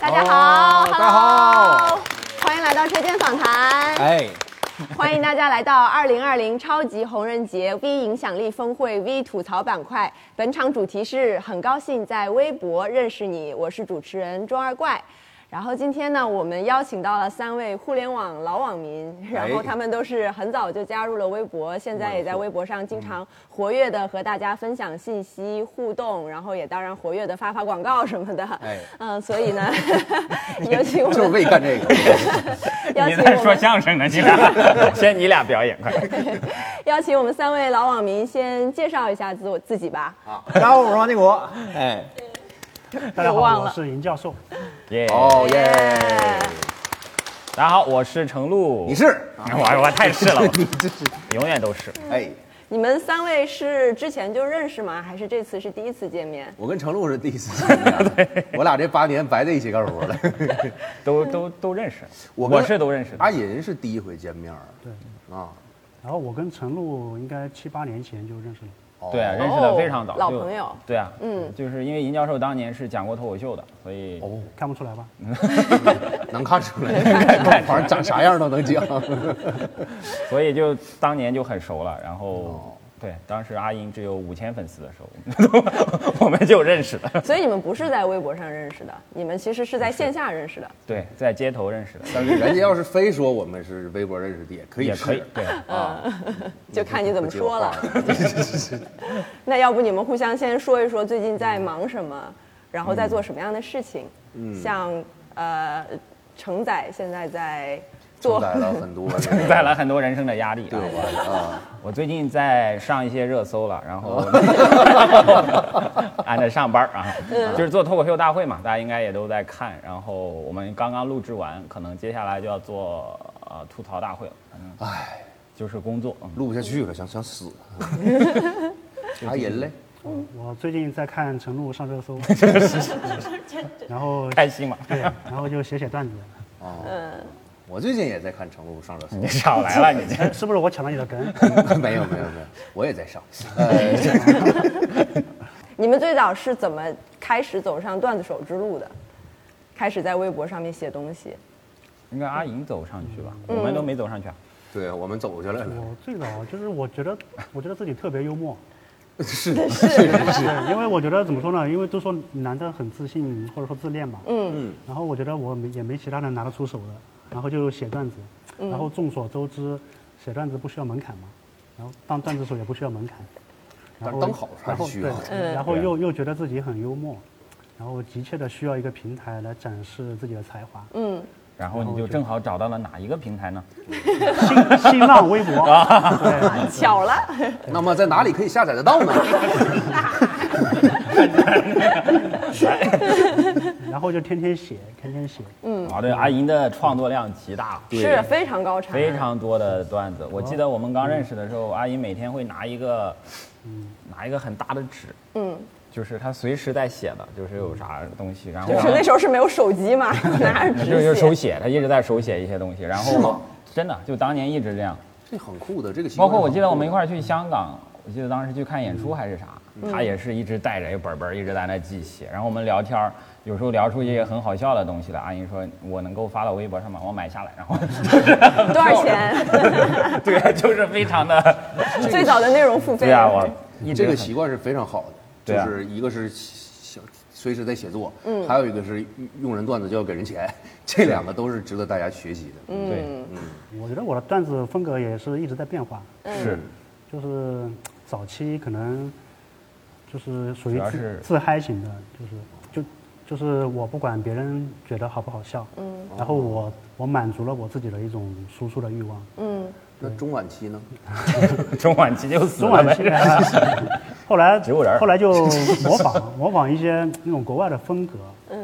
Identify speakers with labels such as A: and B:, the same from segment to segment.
A: 大家好，
B: 哦大家好，
A: 欢迎来到车间访谈。
B: 哎，
A: 欢迎大家来到二零二零超级红人节 V 影响力峰会 V 吐槽板块。本场主题是很高兴在微博认识你，我是主持人钟二怪。然后今天呢，我们邀请到了三位互联网老网民，
B: 哎
A: 然后他们都是很早就加入了微博，现在也在微博上经常活跃的和大家分享信息、互动，然后也当然活跃的发发广告什么的。
B: 哎
A: 嗯，所以呢， 有请我
B: 就是
A: 们
B: 为干这 个，
A: 邀
C: 你
A: 请
C: 在
A: 我
C: 说
A: 们
C: 相声呢？你 俩，先你俩表演快。
A: 邀请我们三位老网民先介绍一下自我自己吧。
D: 大家好，我是王建国。
B: 哎，
D: 大家
A: 又忘了
D: 好，我是尹教授。
C: 耶！
B: 哦耶，
C: 大家好，我是程璐。
B: 你？是，
C: 我我太是 了，我永远都是。
B: 哎，
A: 你们三位是之前就认识吗？还是这次是第一次见面？
B: 我跟程璐是第一次见 面，啊我俩这八年白在一起干活了，
C: 都都都认识，
B: 我
C: 我
B: 跟哎
C: 是都认识的。
B: 阿银是第一回见面儿，对，啊，
D: 然后我跟陈露应该七八年前就认识了。
B: 哦
C: 对啊，认识的非常早，
A: 老
C: 就
A: 朋友
C: 对啊，
A: 嗯
C: 嗯，就是因为尹教授当年是讲过脱口秀的，所以
B: 哦，
D: 看不出来吧？
B: 能看出 来，反正长啥样都能讲，
C: 所以就当年就很熟了。然
B: 哦
C: 后对，当时阿英只有五千粉丝的时候， 我们就认识了。
A: 所以你们不是在微博上认识的，你们其实是在线下认识的。
C: 对，在街头认识的，
B: 但是人家要是非说我们是微博认识的，也可以
C: 也可以
B: 是。
C: 对。
B: 啊，
C: 嗯
A: 就看你怎么说了
B: 不接啊话了是是是
A: 那要不你们互相先说一说最近在忙什么，然后在做什么样的事情？
C: 嗯
A: 像呃，程仔现在在
B: 承
A: 做
B: 载了很多，
C: 带来很多人生的压力。
B: 对
C: 啊
B: 啊，
C: 我最近在上一些热搜了，然后 俺在上班儿啊，就是做脱口秀大会嘛，大家应该也都在看。然后我们刚刚录制完，可能接下来就要做呃吐槽大会了。嗯，
B: 唉，
C: 就是工作，嗯
B: 录不下去了，想想 死。阿银嘞，
D: 我最近在看陈露上 热搜， 然后
C: 开心嘛。
D: 对，然后就写写段子。
B: 我最近也在看程璐上热 搜。
C: 你少来了，你这
D: 哎，是不是我抢了你的梗？
B: 没有没有没有，我也在上。呃，
A: 你们最早是怎么开始走上段子手之路的？开始在微博上面写东西，
C: 应该阿莹走上去吧，我们都没走上去啊。
B: 对我们走下来了，
D: 我最早就是我觉得，我觉得自己特别幽默。
B: 是是是，
D: 对，因为我觉得怎么说呢？因为都说男的很自信或者说自恋吧。嗯。然后我觉得我没也没其他人拿得出手的，然后就写段子。然后众所周知，写段子不需要门槛嘛，然后当段子手也不需要门槛。然
B: 但
D: 后
B: 是当好还
D: 然
B: 是
D: 后
B: 需
D: 对
B: 要的，
D: 然后又又觉得自己很幽默，然后急切的需要一个平台来展示自己的才华。
C: 然后你就正好找到了哪一个平台呢？
D: 新新浪微博，对，
A: 巧了。
B: 那么在哪里可以下载得到呢？
D: 然后就天天写，天天写。
C: 啊，对，阿莹的创作量极大，啊
A: 是非常高产，啊
C: 非常多的段子。我记得我们刚认识的时候，阿姨每天会拿一个，拿一个很大的纸，嗯，就是她随时在写的，就是有啥东西，然后
A: 就是那时候是没有手机 嘛，拿着
C: 就
A: 纸
C: 是手
A: 写。
C: 写，她一直在手写一些东西，然后真的就当年一直这样。
B: 这很酷的，这个习
C: 包
B: 惯
C: 括我记得我们一块儿去香港，我记得当时去看演出还是啥，他也是一直带着一个本本儿一直在那记写。然后我们聊天儿，有时候聊出一些很好笑的东西来。阿姨说：“我能够发到微博上吗？我买下来。”然后
A: 多少钱？
C: 对， 就是非常的
A: 最早的内容付费。
C: 对啊， 我一直
B: 这个
C: 很
B: 习惯是非常好的，
C: 对
B: 就
C: 啊
B: 是一个是写随时在写作，还有一个是用人段子就要给人钱， 这两个都是值得大家学习的。
C: 对。
D: 我觉得我的段子风格也是一直在变化，
A: 嗯
C: 是，
D: 就是早期可能就是属
C: 主
D: 于
C: 要
D: 自
C: 是
D: 自嗨型的，就是就就是我不管别人觉得好不好笑，嗯，然后我我满足了我自己的一种输出的欲望。
B: 那中晚期呢？
A: 嗯
C: 中晚期就死
D: 中
C: 了
D: 晚
C: 呗
D: 期， 后来
C: 植物人儿
D: 后来就模仿模仿一些那种国外的风格，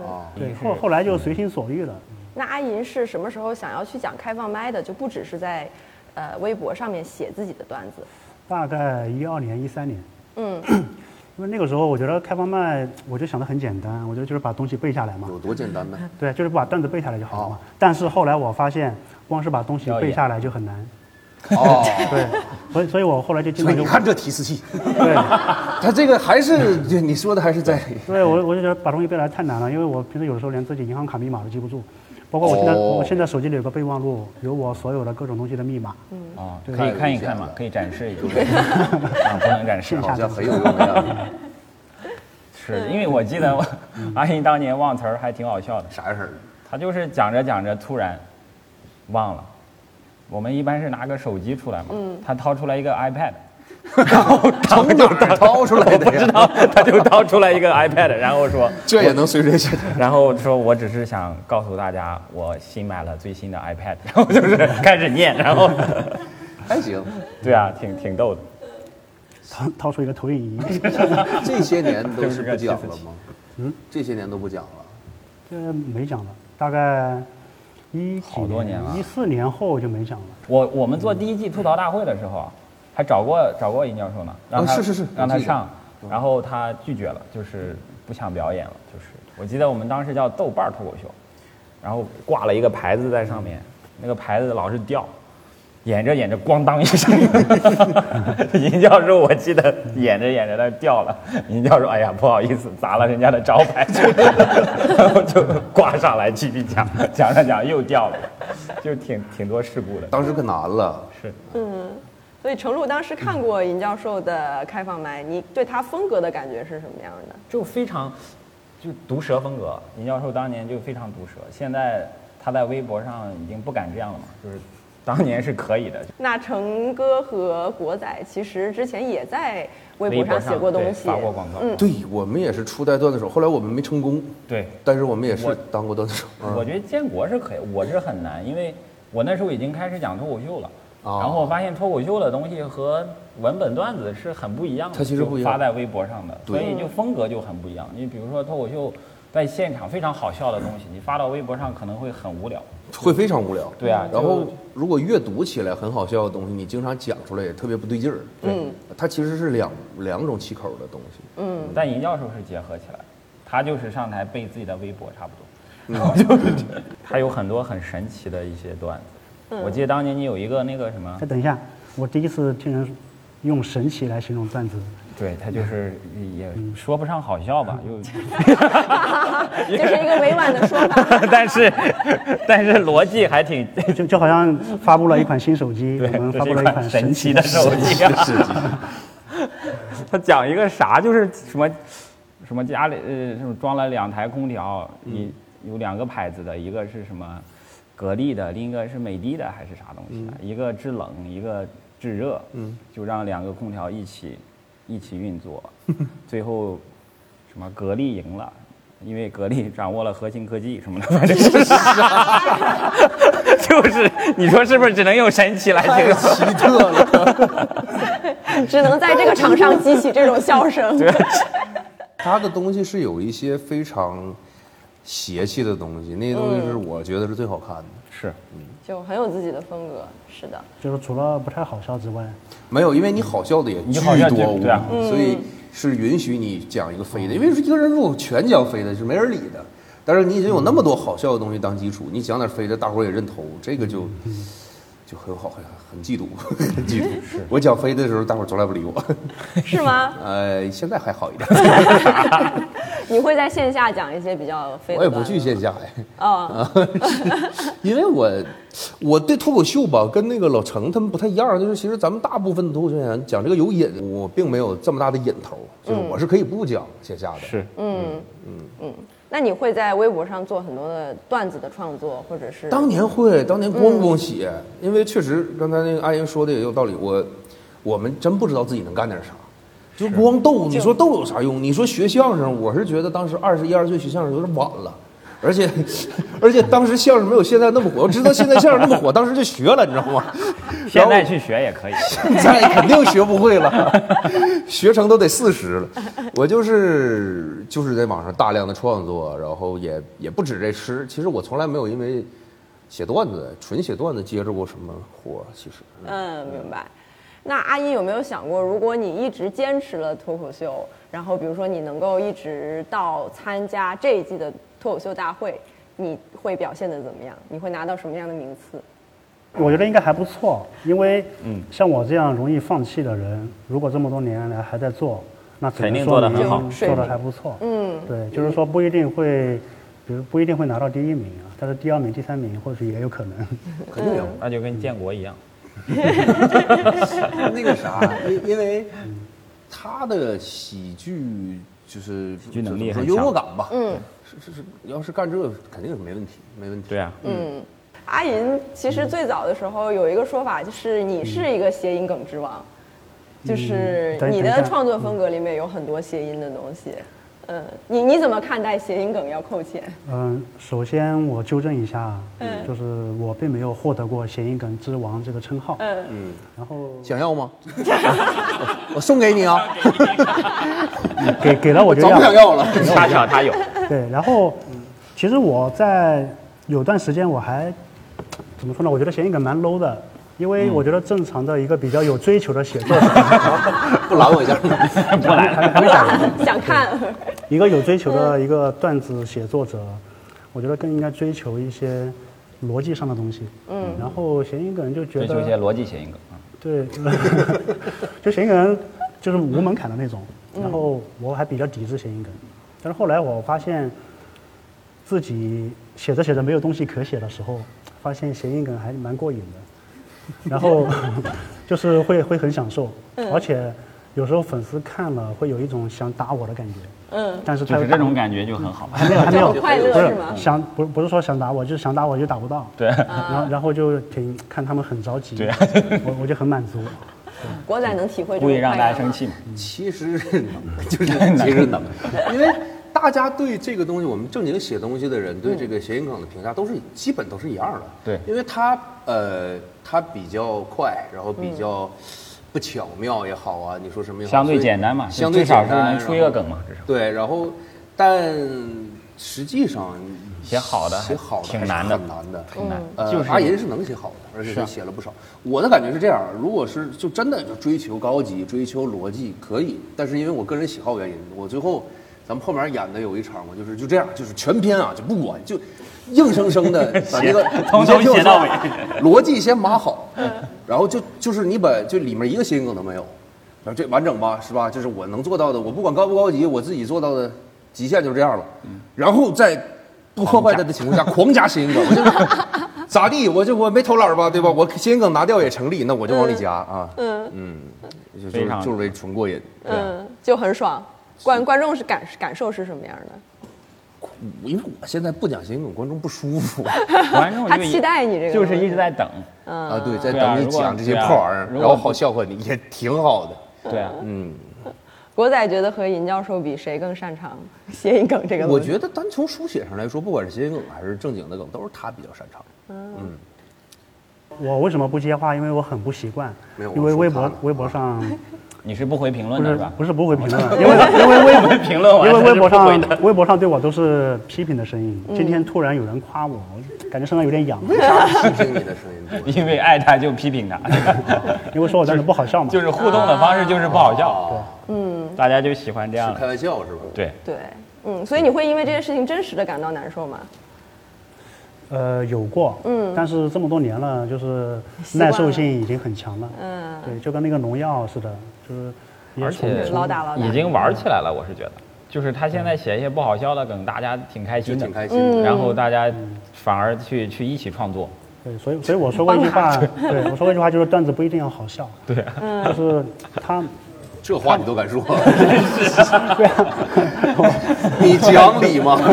B: 啊，
D: 对，后后来就随心所欲了。
A: 那阿银是什么时候想要去讲开放麦的？就不只是在呃微博上面写自己的段子。
D: 大概一二年、一三年，嗯， 因为那个时候我觉得开放麦，我就想的很简单，我觉得就是把东西背下来嘛，
B: 有多简单 呢？
D: 对，就是把段子背下来就好了嘛
B: 哦。
D: 但是后来我发现，光是把东西
C: 表演
D: 背下来就很难。
B: 哦，
D: 对，所以所以我后来就经
B: 所以
D: 常就
B: 你看这提词器，
D: 对。
B: 他这个还是就你说的还是在
D: 对，我我就觉得把东西背下来太难了，因为我平时有的时候连自己银行卡密码都记不住，包括我现在、
B: 哦
D: 我现在手机里有个备忘录，有我所有的各种东西的密码。
C: 啊，
D: 对
C: 可以看一看嘛，可以展示一下，啊，不能展 示
B: 好
C: 啊，
B: 像很有用的样 子，
C: 是因为我记得我 阿姨当年忘词儿还挺好笑的，
B: 啥事儿？
C: 她就是讲着讲着突然忘了，我们一般是拿个手机出来嘛，她掏出来一个 iPad，
B: 从哪儿掏出来的
C: 知
B: 呀？
C: 道，她就掏出来一个 iPad，然后说，
B: 这也能随身携带？
C: 然后说我只是想告诉大家我新买了最新的 iPad，然后就是开始念，然后
B: 还行。
C: 对啊，挺挺逗的。
D: 掏掏出一个投影仪，
B: 这些年都是不讲了吗？嗯，这些年都不讲了。
D: 这没讲了，大概一几
C: 好多年了
D: 一四年后就没讲了。
C: 我我们做第一季吐槽大会的时候啊，还找过找过尹教授呢，让他、
B: 哦是是是
C: 让他
B: 我记得嗯
C: 上，然后他拒绝了，就是不想表演了，就是我记得我们当时叫豆瓣脱口秀，然后挂了一个牌子在上面，那个牌子老是掉。演着演着，咣当一声，尹教授，我记得演着演着它掉了。尹教授，哎呀，不好意思，砸了人家的招牌， 然后就挂上来继续讲，讲着讲又掉了，就挺挺多事故的。
B: 当时可难了，
C: 是，
A: 所以程璐当时看过尹教授的开放麦，你对他风格的感觉是什么样的？
C: 就非常就毒舌风格。尹教授当年就非常毒舌，现在他在微博上已经不敢这样了嘛，就是当年是可以的。
A: 那成哥和国仔其实之前也在微博上写过东西，
C: 微博上对发过广告
A: 嗯，
B: 对我们也是初代段子手，后来我们没成功，
C: 对，
B: 但是我们也是
C: 我
B: 当过段子手。啊
C: 我觉得建国是可以，我是很难，因为我那时候已经开始讲脱口秀了。
B: 哦
C: 然后我发现脱口秀的东西和文本段子是很不一样的，
B: 它其实不一样
C: 就发在微博上的，
B: 对
C: 所以就风格就很不一样。你比如说脱口秀，在现场非常好笑的东西，你发到微博上可能会很无聊。
B: 会非常无聊。
C: 对啊
B: 然后
C: 就
B: 如果阅读起来很好笑的东西，你经常讲出来也特别不对劲儿。嗯，它其实是两两种气口的东西。嗯，
C: 但尹教授是结合起来，他就是上台背自己的微博差不多，然后 就是这样他有很多很神奇的一些段子。我记得当年你有一个那个什么
D: 哎，，等一下，我第一次听人用神奇来形容段子，
C: 对他就是也说不上好笑 吧，又，
A: 这是一个委婉的说法。
C: 但是 但是逻辑还挺，
D: 就就好像发布了一款新手机，我
C: 对，
D: 们
C: 这
D: 发
C: 是
D: 布
C: 一
D: 了一
C: 款
D: 款
C: 神
D: 神
C: 奇
D: 奇
C: 的
D: 的
C: 手机啊。
B: 是
C: 他讲一个啥，就是什么什么家里呃什么装了两台空调，
D: 嗯
C: 你有两个牌子的，一个是什么格力的，另一个是美的的还是啥东西的，
D: 嗯
C: 一个制冷，一个制热，嗯，就让两个空调一起一起运 作，最后什么格力赢了。因为格力掌握了核心科技什么的，反正就是， 就是你说是不是只能用神奇来形
B: 太
C: 容？
B: 奇特了。
A: 只能在这个场上激起这种笑 声。
B: 他的东西是有一些非常邪气的东西，那些东西是我觉得是最好看的。
C: 是，
A: 就很有自己的风格。是的，
D: 就是除了不太好笑之外，
B: 没有，因为你好笑的也
C: 你
B: 巨
C: 好笑
B: 多
C: 就
B: 无
C: 对啊
B: 比，所以是允许你讲一个飞的，因为一个人如果全讲飞的是没人理的。但是你已经有那么多好笑的东西当基础，你讲点飞的，大伙儿也认头，这个就就很好，很很嫉 妒，很嫉妒。 我讲飞的时候，大伙儿从来不理我，
A: 是吗？
B: 呃，现在还好一点，
A: 你会在线下讲一些比较非
B: 我也不去线啊下呀。
A: 哦，
B: 因为我我对脱口秀吧，跟那个老程他们不太一样，就是其实咱们大部分的脱口秀演员讲这个有瘾，我并没有这么大的瘾头，就是我是可以不讲线下的。
C: 是
A: 那你会在微博上做很多的段子的创作，或者是
B: 当年会，当年咣咣写，因为确实刚才那个阿英说的也有道理，我我们真不知道自己能干点啥。就光逗，你说逗有啥用？你说学相声，我是觉得当时二十一二岁学相声有点晚了，而且 而且当时相声没有现在那么火。我知道现在相声那么火，当时就学了，你知道吗？
C: 现在
B: 然后
C: 去学也可以。
B: 再肯定学不会了，学成都得四十了。我就是就是在网上大量的创作，然后也也不止这诗，其实我从来没有因为写段子纯写段子接着过什么活儿，其实
A: 嗯，明白。那阿姨有没有想过，如果你一直坚持了脱口秀，然后比如说你能够一直到参加这一季的脱口秀大会，你会表现的怎么样？你会拿到什么样的名次？
D: 我觉得应该还不错，因为
C: 嗯
D: 像我这样容易放弃的人，如果这么多年来还在做，那只能
C: 肯定
D: 说
C: 做得
D: 明
C: 很好
D: 你
A: 水
D: 做的
A: 平
D: 还不错。嗯，对，就是说不一定会，比如不一定会拿到第一名啊，但是第二名、第三名或许也有可能。
B: 肯定有。
C: 那就跟建国一样，
B: 那个 啥，因因为他的喜剧就是喜
C: 剧能力很
B: 幽默
C: 强
B: 感吧，嗯，是是是，要是干这个肯定是没问题，没问题。
C: 对啊，嗯，
A: 阿银其实最早的时候有一个说法，就是你
E: 嗯
A: 是一个谐音梗之王，就是
D: 等
A: 你
D: 等一
A: 的
D: 下
A: 创作风格里面有很多谐音的东西。嗯，你你怎么看待谐音梗要扣钱？
D: 嗯，首先我纠正一下，啊
A: 嗯
D: 就是我并没有获得过谐音梗之王这个称号。
A: 嗯
D: 嗯，然后
B: 想要 吗？我我送给你啊，
A: 嗯
D: 给给了我就
B: 早不想要了。
C: 恰巧他有，
D: 对，然后其实我在有段时间我还怎么说呢？我觉得谐音梗蛮 low 的，因
E: 嗯
D: 为我觉得正常的一个比较有追求的写作，
B: 不拦我一下吗？
D: 不来还没还没打完。
A: 想看，
D: 一个有追求的一个段子写作者，我觉得更应该追求一些逻辑上的东西。嗯，然后谐音梗就觉
E: 追
D: 得
E: 求一些逻辑谐音梗。嗯
D: 对， 就谐音梗就是无门槛的那种。然后我还比较抵制谐音梗，但是后来我发现自己写着写着没有东西可写的时候，发现谐音梗还蛮过瘾的，然后就是会会很享受，而且有时候粉丝看了会有一种想打我的感觉。嗯，但是他
E: 就
D: 又
E: 是这种感觉就很好，
D: 还没有还没有
A: 就很快乐
D: 不
A: 是吗
D: 想不不是说想打我，就是想打我就打不到。
E: 对
D: 然后然后就挺看他们很着急，
E: 对啊
D: 我我就很满足。
A: 国仔能体会这
E: 故意嗯
A: 种
E: 让
A: 快
E: 大家
A: 感
E: 生
A: 吗。
E: 气嘛。
B: 其实 是能，就是其实能，因为大家对这个东西，我们正经写东西的人对这个谐音梗的评价都是基本都是一样的。
E: 对
B: 因为它呃，它比较快，然后比较不巧妙也好啊，你说什么也好，
E: 相对
B: 所以
E: 简单嘛
B: 相对
E: 至少
B: 简单
E: 是能出一个
B: 然后
E: 梗嘛至少
B: 对，然后但实际上
E: 写好的还
B: 写好的
E: 挺
B: 还是
E: 难的
B: 很难的，
E: 挺难
B: 呃，
E: 就是
B: 阿银是能写好的，而且
E: 是
B: 是
E: 啊
B: 写了不少。我的感觉是这样，如果是就真的就追求高级、追求逻辑可以，但是因为我个人喜好原因，我最后咱们后面演的有一场，我就是就这样，就是全篇啊就不管，就硬生生的把这个
E: 从头
B: 你先听 我
E: 写到
B: 说
E: 尾
B: 逻辑先码好，然后就就是你把就里面一个谐音梗都没有，然后这完整吧，是吧？这是我能做到的，我不管高不高级，我自己做到的极限就是这样了。然后在不破坏它的情况下，狂加谐音 梗，我就是咋地？我就我没偷懒吧，对吧？我谐音梗拿掉也成立，那我就往里加啊，嗯嗯，就就
E: 非
B: 是
E: 常
B: 就是为纯过瘾。
A: 嗯，就很爽。观观众是感感受是什么样的？
B: 因为我现在不讲谐音梗，观众不舒服
E: 观众
A: 他
E: 就一
A: 期待你这个
E: 就
A: 东西，
E: 是一直在等。
B: 啊。对，在
E: 对啊
B: 等你
E: 如果
B: 讲这些
E: 对啊
B: 破玩意儿，
E: 如果
B: 然后好笑话你也挺好的。
E: 对啊，
B: 嗯，
A: 国仔觉得和尹教授比，谁更擅长谐音梗这个东
B: 我
A: 西？
B: 觉得单从书写上来说，不管是谐音梗还是正经的梗，都是他比较擅长。
D: 我为什么不接话？因为我很不习惯
B: 没有，
D: 因为
B: 我说
D: 微
B: 他
D: 博
B: 了
D: 微博上
E: 你是不回评论
D: 不
E: 的
D: 是
E: 是吧？
D: 不是不回评论，因为因为微博
E: 评论完
D: 因为微博
E: 他是不回
D: 上微博上对我都是批评的声音。今天突然有人夸我，我感觉身上有点痒，
B: 为啥不听你的声音多？
E: 因为爱他就批评他，
D: 因为说我段子不好笑嘛。
E: 就是互动的方式就是不好笑。嗯，大家就喜欢这样
B: 开
E: 的。
B: 玩笑是吧？
E: 对，
A: 对，嗯，所以你会因为这件事情真实的感到难受吗？
D: 呃，有过，嗯，但是这么多年了，就是
A: 习惯
D: 耐
A: 了
D: 受性已经很强了，
A: 嗯，
D: 对，就跟那个农药似的，就是也
E: 而
D: 从
E: 且
A: 老打老打
E: 已经玩起来了，我是觉得，就是他现在写一些不好笑的梗，大家挺开
B: 嗯就
E: 心的
B: 挺，开心的。
E: 然后大家反而去去一起创作。
D: 对，所以所以我说过一句话，对我说过一句话，就是段子不一定要好笑，对，
E: 啊
D: 就是他，
B: 这话你 都敢说？
D: 对啊，
B: 你讲理 吗？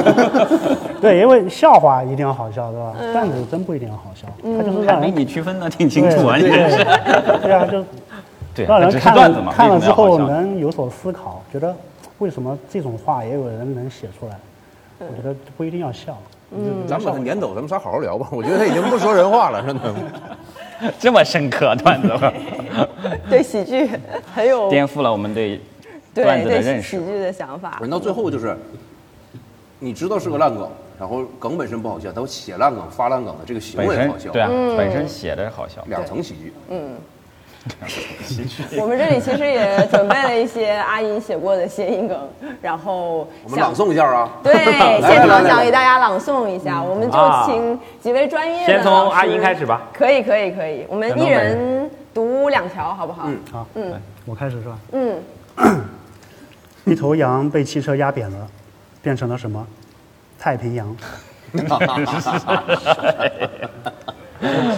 D: 对，因为笑话一定要好笑，对吧？段子真不一定要好笑，他就是让
C: 还没
D: 人
C: 你区分的挺清楚啊，你
D: 对
C: 这是，
D: 对对啊，就
E: 对，
D: 让人
C: 只是
D: 看
C: 段子嘛
D: 了看了
C: 为什么
D: 之
C: 要好
D: 后
C: 笑
D: 能有所思考，觉得为什么这种话也有人能写出来，我觉得不一定要笑。
B: 咱们把他撵走，咱们仨好好聊吧。我觉得他已经不说人话了，真的。
E: 这么深刻段子吗，
A: 对喜剧很 有
E: 颠覆了我们对
A: 对
E: 段子的
A: 对
E: 认
A: 喜
E: 识。
A: 喜剧的想法
B: 人。到最后就是，你知道是个烂梗，然后梗本身不好笑，但我写烂梗、发烂梗的这个行
E: 本
B: 为
E: 身
B: 好笑，
E: 对啊，本身写的是好笑。
B: 两层喜剧。
A: 我们这里其实 也准备了一些阿音写过的谐音梗，然后
B: 我们
A: 想
B: 朗。诵一下啊。
A: 对，现
B: 来
A: 场
B: 来嗯
A: 想
B: 来
A: 给大家朗诵一下，我们就
C: 啊
A: 请几位专业的
C: 先从
A: 老师
C: 阿银开始吧。
A: 可以，可以，可以，我们一人读两条，好不好？
D: 好，嗯，我开始是吧？
A: 嗯，
D: 一头羊被汽车压扁了，变成了什么？太平洋。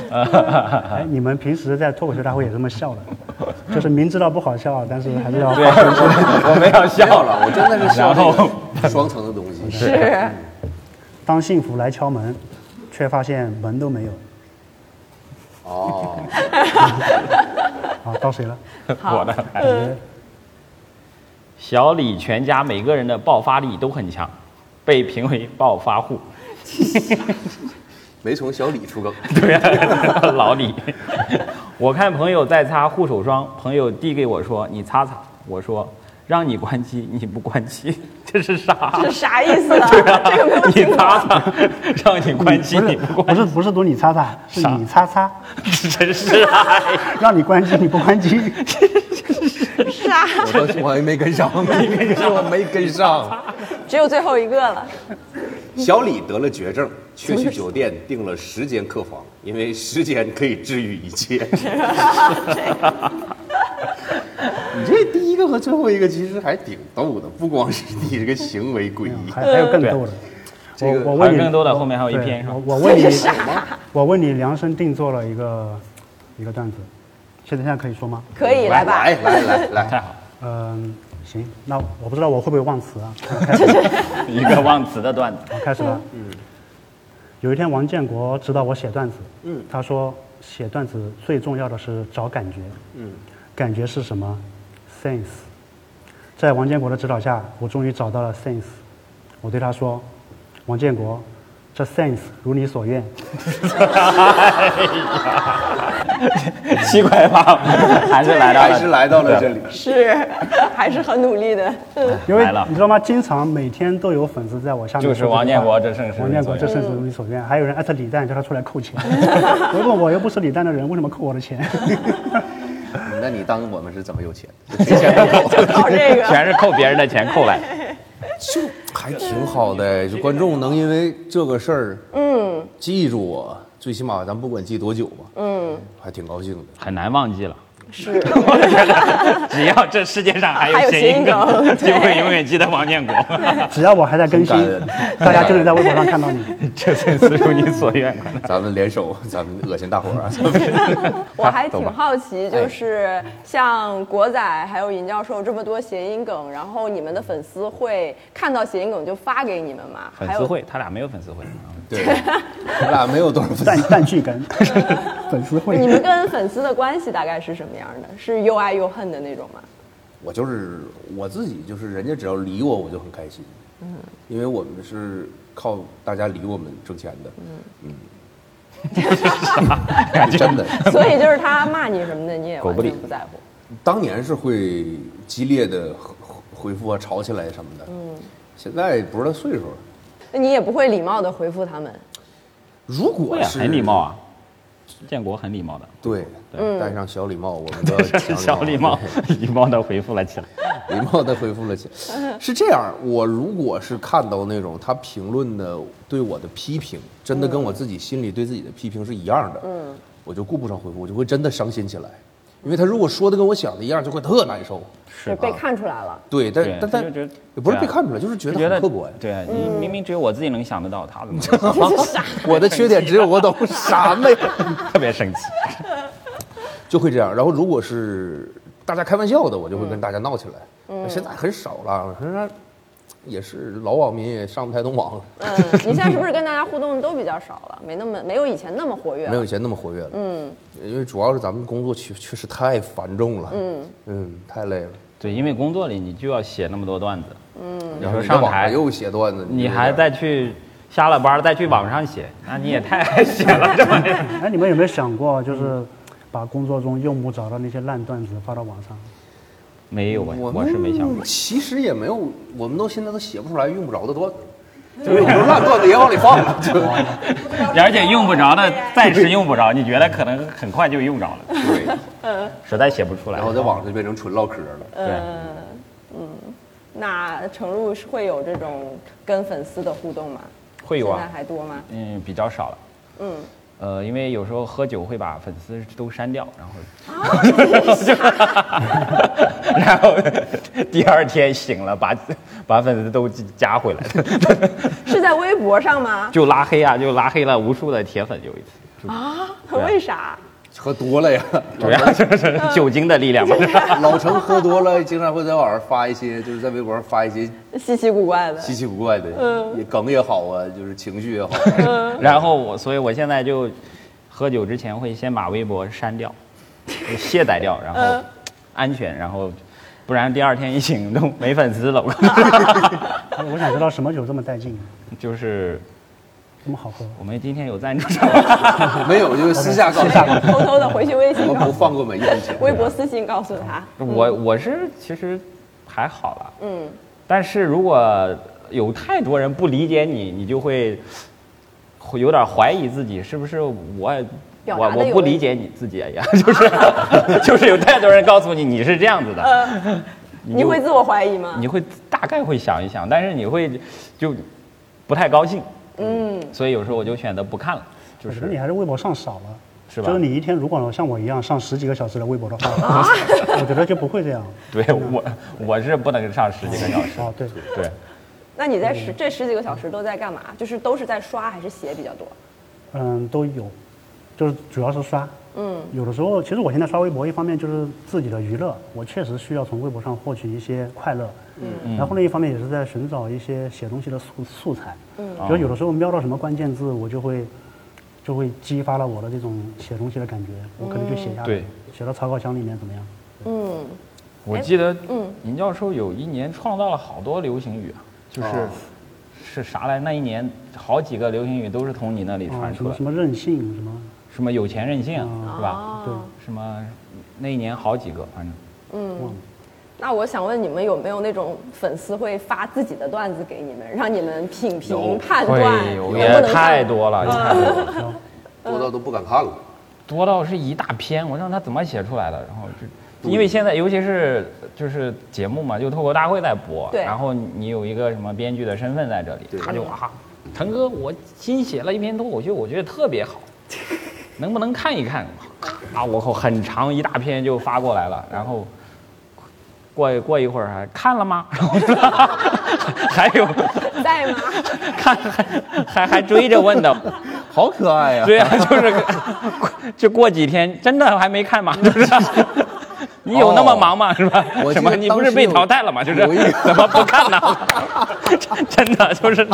D: 哎，你们平时在脱口秀大会也这么笑的，就是明知道不好笑，但是还是要发出去。
E: 我没有笑
B: 没有了，我真的是笑
E: 然后
B: 这个双层的东 西。
A: 是
D: 当幸福来敲门，却发现门都没有。
B: 哦，
D: 啊，到谁了？
C: 我的。小李全家每个人的爆发力都很强，被评为暴发户。
B: 没从小李出梗。
C: 对， 老李。我看朋友在擦护手霜，朋友递给我说：“你擦擦。”我说：“让你关机，你不关机， 这是啥？”
A: 这啥意思啊？这个没有
C: 你
A: 听过。
C: 擦擦，让你关机，你不
D: 不
C: 关
D: 是不是读你擦擦，是你擦擦，
C: 机，真是啊！
D: 让你关机你不关机。
B: 我当时我还没跟上，我没跟上。
A: 只有最后一个了。
B: 小李得了绝症，却去酒 店订了十间客房，因为时间可以治愈一 切。你这第一个和最后一个其实还挺逗的，不光是你这个行为诡 异，
D: 还还有更逗的。
B: 这个
D: 我我
C: 还
D: 问
C: 有
D: 你，
C: 更多的，后面还有一
D: 对
C: 篇是吧
D: 我？我问你，我问你量身定做了一个一个段子，现在现在可以说吗？
A: 可以来吧，
B: 来来来来，
C: 太好，
D: 嗯，行，那我不知道我会不会忘词啊。
C: 一个忘词的段子。
D: 好，开始了。嗯。有一天，王建国指导我写段子。嗯。他说，写段子最重要的是找感觉。嗯。感觉是什么？sense。在王建国的指导下，我终于找到了 sense。我对他说：“王建国，这 sense 如你 所愿。”
C: 七块八，还是来到了
B: 还是来到了这里。
A: 是， 还是很努力的。
D: 因为
C: 来了
D: 你知道吗？经常每天都有粉丝在我下面
E: 就是
D: 说这句话
E: 王建国这甚是
D: 王建国
E: 你
D: 这
E: 所
D: 甚是如你所愿，还有人艾特李诞叫他出来扣 钱。我问我又不是李诞的人，为什么扣我的钱？
B: 那你当我们是怎么有钱？谁先开口
A: 搞这 个，
C: 全是扣别人的钱扣来的。
B: 就还挺好的，就观众能因为这个事儿，嗯，记住我，最起码咱不管记多久吧，嗯，还挺高兴的。
C: 很难忘记了。是， 只要这世界上还
A: 还有
C: 有谐音
A: 谐音梗
C: 梗，就会
A: 对
C: 永远记得王 建国。
D: 只要我还在更新
B: 很感，人
D: 大家就能在微博上 看到你。
C: 这次是如你所愿。
B: 咱们联手， 咱们恶心大伙儿啊！
A: 我还
B: 走
A: 挺
B: 吧
A: 好奇，就是像国仔还有银教授这么多谐音梗，然后你们的粉丝会看到谐音梗就发给你们吗？
C: 粉
A: 还
C: 丝
A: 有
C: 会，他俩没有粉丝会，
B: 对，咱俩没有多少粉
D: 蛋
B: 丝，
D: 蛋剧 梗，粉丝会
A: 你们跟粉丝的关系大概是什么样的？是又爱又恨的那种吗？
B: 我就是我自己，就是人家只要理我，我就很开心。嗯，因为我们是靠大家理我们挣钱的。 嗯嗯，真的，
A: 所以就是他骂你什么的，你也
B: 狗
A: 完
B: 不理
A: 全不在乎。
B: 当年是会激烈的回复啊，吵起来什么的。嗯，现在不知道岁数了。
A: 那你也不会礼貌的回复他们，
B: 如果
C: 会啊，
B: 是
C: 很礼貌啊。建国很礼貌 的，
B: 对，戴上小礼帽，我们
C: 这
B: 的
C: 是
B: 强
C: 小礼貌，礼貌的回复了起来。
B: 对礼貌的回复了起。是这样，我如果是看到那种他评论的对我的批评，真的跟我自己心里对自己的批评是一样的，嗯，我就顾不上回复，我就会真的伤心起来，因为他如果说的跟我想的一样，就会特难受。
A: 是被看出来了。
B: 对，
C: 对
B: 但但但
C: 就觉得
B: 也不是被
C: 对啊
B: 看出来，就是觉得
C: 就觉
B: 很
C: 得
B: 刻薄呀。嗯
C: 对啊你明明只有我自己能想得到，他怎么
B: 我的缺点只有我懂，啥么呀？
C: 特别生气？
B: 就会这样。然后如果是大家开玩笑的，我就会跟大家闹起来。现在很少了，现在也是老网民也上不太动网了，
A: 嗯，你现在是不是跟大家互动都比较少了？没那么没有以前那么活跃了。
B: 没有以前那么活跃了。啊嗯，因为主要是咱们工作确确实太繁重了。嗯太累了。
C: 对，因为工作里你就要写那么多段子，
B: 嗯然
C: 说
B: 后你
C: 上
B: 网
C: 台
B: 又写段子，
C: 你
B: 有点
C: 还再去下了班儿再去网上写，那你也太 爱写了，这玩意儿。
D: 哎，你们有没有想过，就是把工作中用不着的那些烂段子发到网上？
C: 没有哎，
B: 我
C: 我是没想
B: 们
C: 过。
B: 其实也没有，我们都现在都写不出来用不着的段子，
C: 啊
B: 就是有时候烂段子也往里放了。就嗯
C: 而且用不着的，暂时用不着，你觉得可能很快就用着了。
B: 对，
C: 实在写不出来。
B: 然后在网上就变成纯唠嗑了。
C: 对，
A: 那程璐是会有这种跟粉丝的互动吗？
E: 会有
A: 现在
E: 啊，
A: 还多吗？
E: 嗯，比较少了。
A: 嗯，
E: 呃，因为有时候喝酒会把粉丝都删掉，然后，
A: 啊
E: 然后第二天醒了，把把粉丝都加回来，
A: 是在微博上吗？
C: 就拉黑啊，就拉黑了无数的铁粉，有一 次，啊
A: 为啥？
B: 喝多了呀，
C: 主要就是
A: 嗯
C: 酒精的力 量吧。
B: 老程喝多了，经常会在网上发一些，就是在微博上发一些
A: 稀奇古怪的。
B: 稀奇古怪的，也梗也好啊，就是情绪也好啊，
C: 然后我，所以我现在就喝酒之前会先把微博删掉，就卸载掉，然后
A: 嗯
C: 安全，然后不然第二天一醒都没粉 丝了。
D: 我想知道什么酒这么带劲，
C: 就是
D: 这么好喝。
C: 我们今天有赞助 商吗，
B: 啊没有就是私下告诉我，
A: 偷偷的回去微信
B: 我
A: 告
C: 啊
B: 不
A: 诉，
B: 放过每一分钱。
A: 微博私信告诉他。
C: 我我是其实还好了，
A: 嗯，
C: 但是如果有太多人不理解你，你就会会有点怀疑自己是不是我。
A: 表
C: 我
A: 达得
C: 我
A: 有
C: 不
A: 问
C: 理
A: 题
C: 解你自己呀， 就是就是 有太多人告诉你你是这样子的，
A: 呃你
C: 就
A: 会自我怀疑吗？
C: 你会大概会想一想，但是你会就不太高兴，嗯，所以有时候我就选择不看了，就
D: 我觉得你
C: 是
D: 还是微博上少了，
C: 是吧
D: 就是你一天如果像我一样上十几个小时的微博的话， 我觉得就不会这样。
C: 对我我是不能上十几个小时，
D: 哦，对，
C: 对，
A: 那你在十
C: 嗯
A: 这十几个小时都在干嘛？就是都是在刷还是写比较多？
D: 嗯，都有，就是主要是刷。嗯，有的时候，其实我现在刷微博，一方面就是自己的娱乐，我确实需要从微博上获取一些快乐。嗯，然后另一方面也是在寻找一些写东西的素素材。嗯，就有的时候瞄到什么关键字，我就会就会激发了我的这种写东西的感觉，我可能就写下来，
C: 嗯对
D: 写到草稿箱里面怎么样？
A: 哎
C: 我记得，嗯，尹教授有一年创造了好多流行语啊，就是、
D: 哦
C: 是啥来？那一年好几个流行语都是从你那里
D: 啊，
C: 传
D: 什
C: 出
D: 么
C: 来，
D: 什么任性什么，
C: 什么有钱任性、啊是吧？
D: 对，
C: 什么那一年好几个，反正
A: 那我想问你们有没有那种粉丝会发自己的段子给你们，让你们品评
B: 有
A: 判断能不
C: 也
A: 能
C: 太
A: 看？
C: 多了，也太多了。
B: 多到都不敢看了。
C: 多到是一大篇，我让他怎么写出来的？然后就，因为现在尤其是就是节目嘛，就脱口大会在播，
A: 对
C: 然后你有一个什么编剧的身份在这里，他就啊，腾哥，我新写了一篇脱口秀，我觉得特别好，能不能看一看？啊，我靠，很长一大篇就发过来了，然后。过一过一会儿还看了吗？然后还有
A: 在吗？
C: 看还还还追着问的，
B: 嗯好可爱呀、
C: 对呀、啊就是 过就过几天，真的还没看吗？就是 你有那么忙吗？是吧
B: 哦我？记
C: 什
B: 得
C: 么？你不是被淘汰了吗？就是
B: 当时有
C: 怎么不看呢？ 真的 就是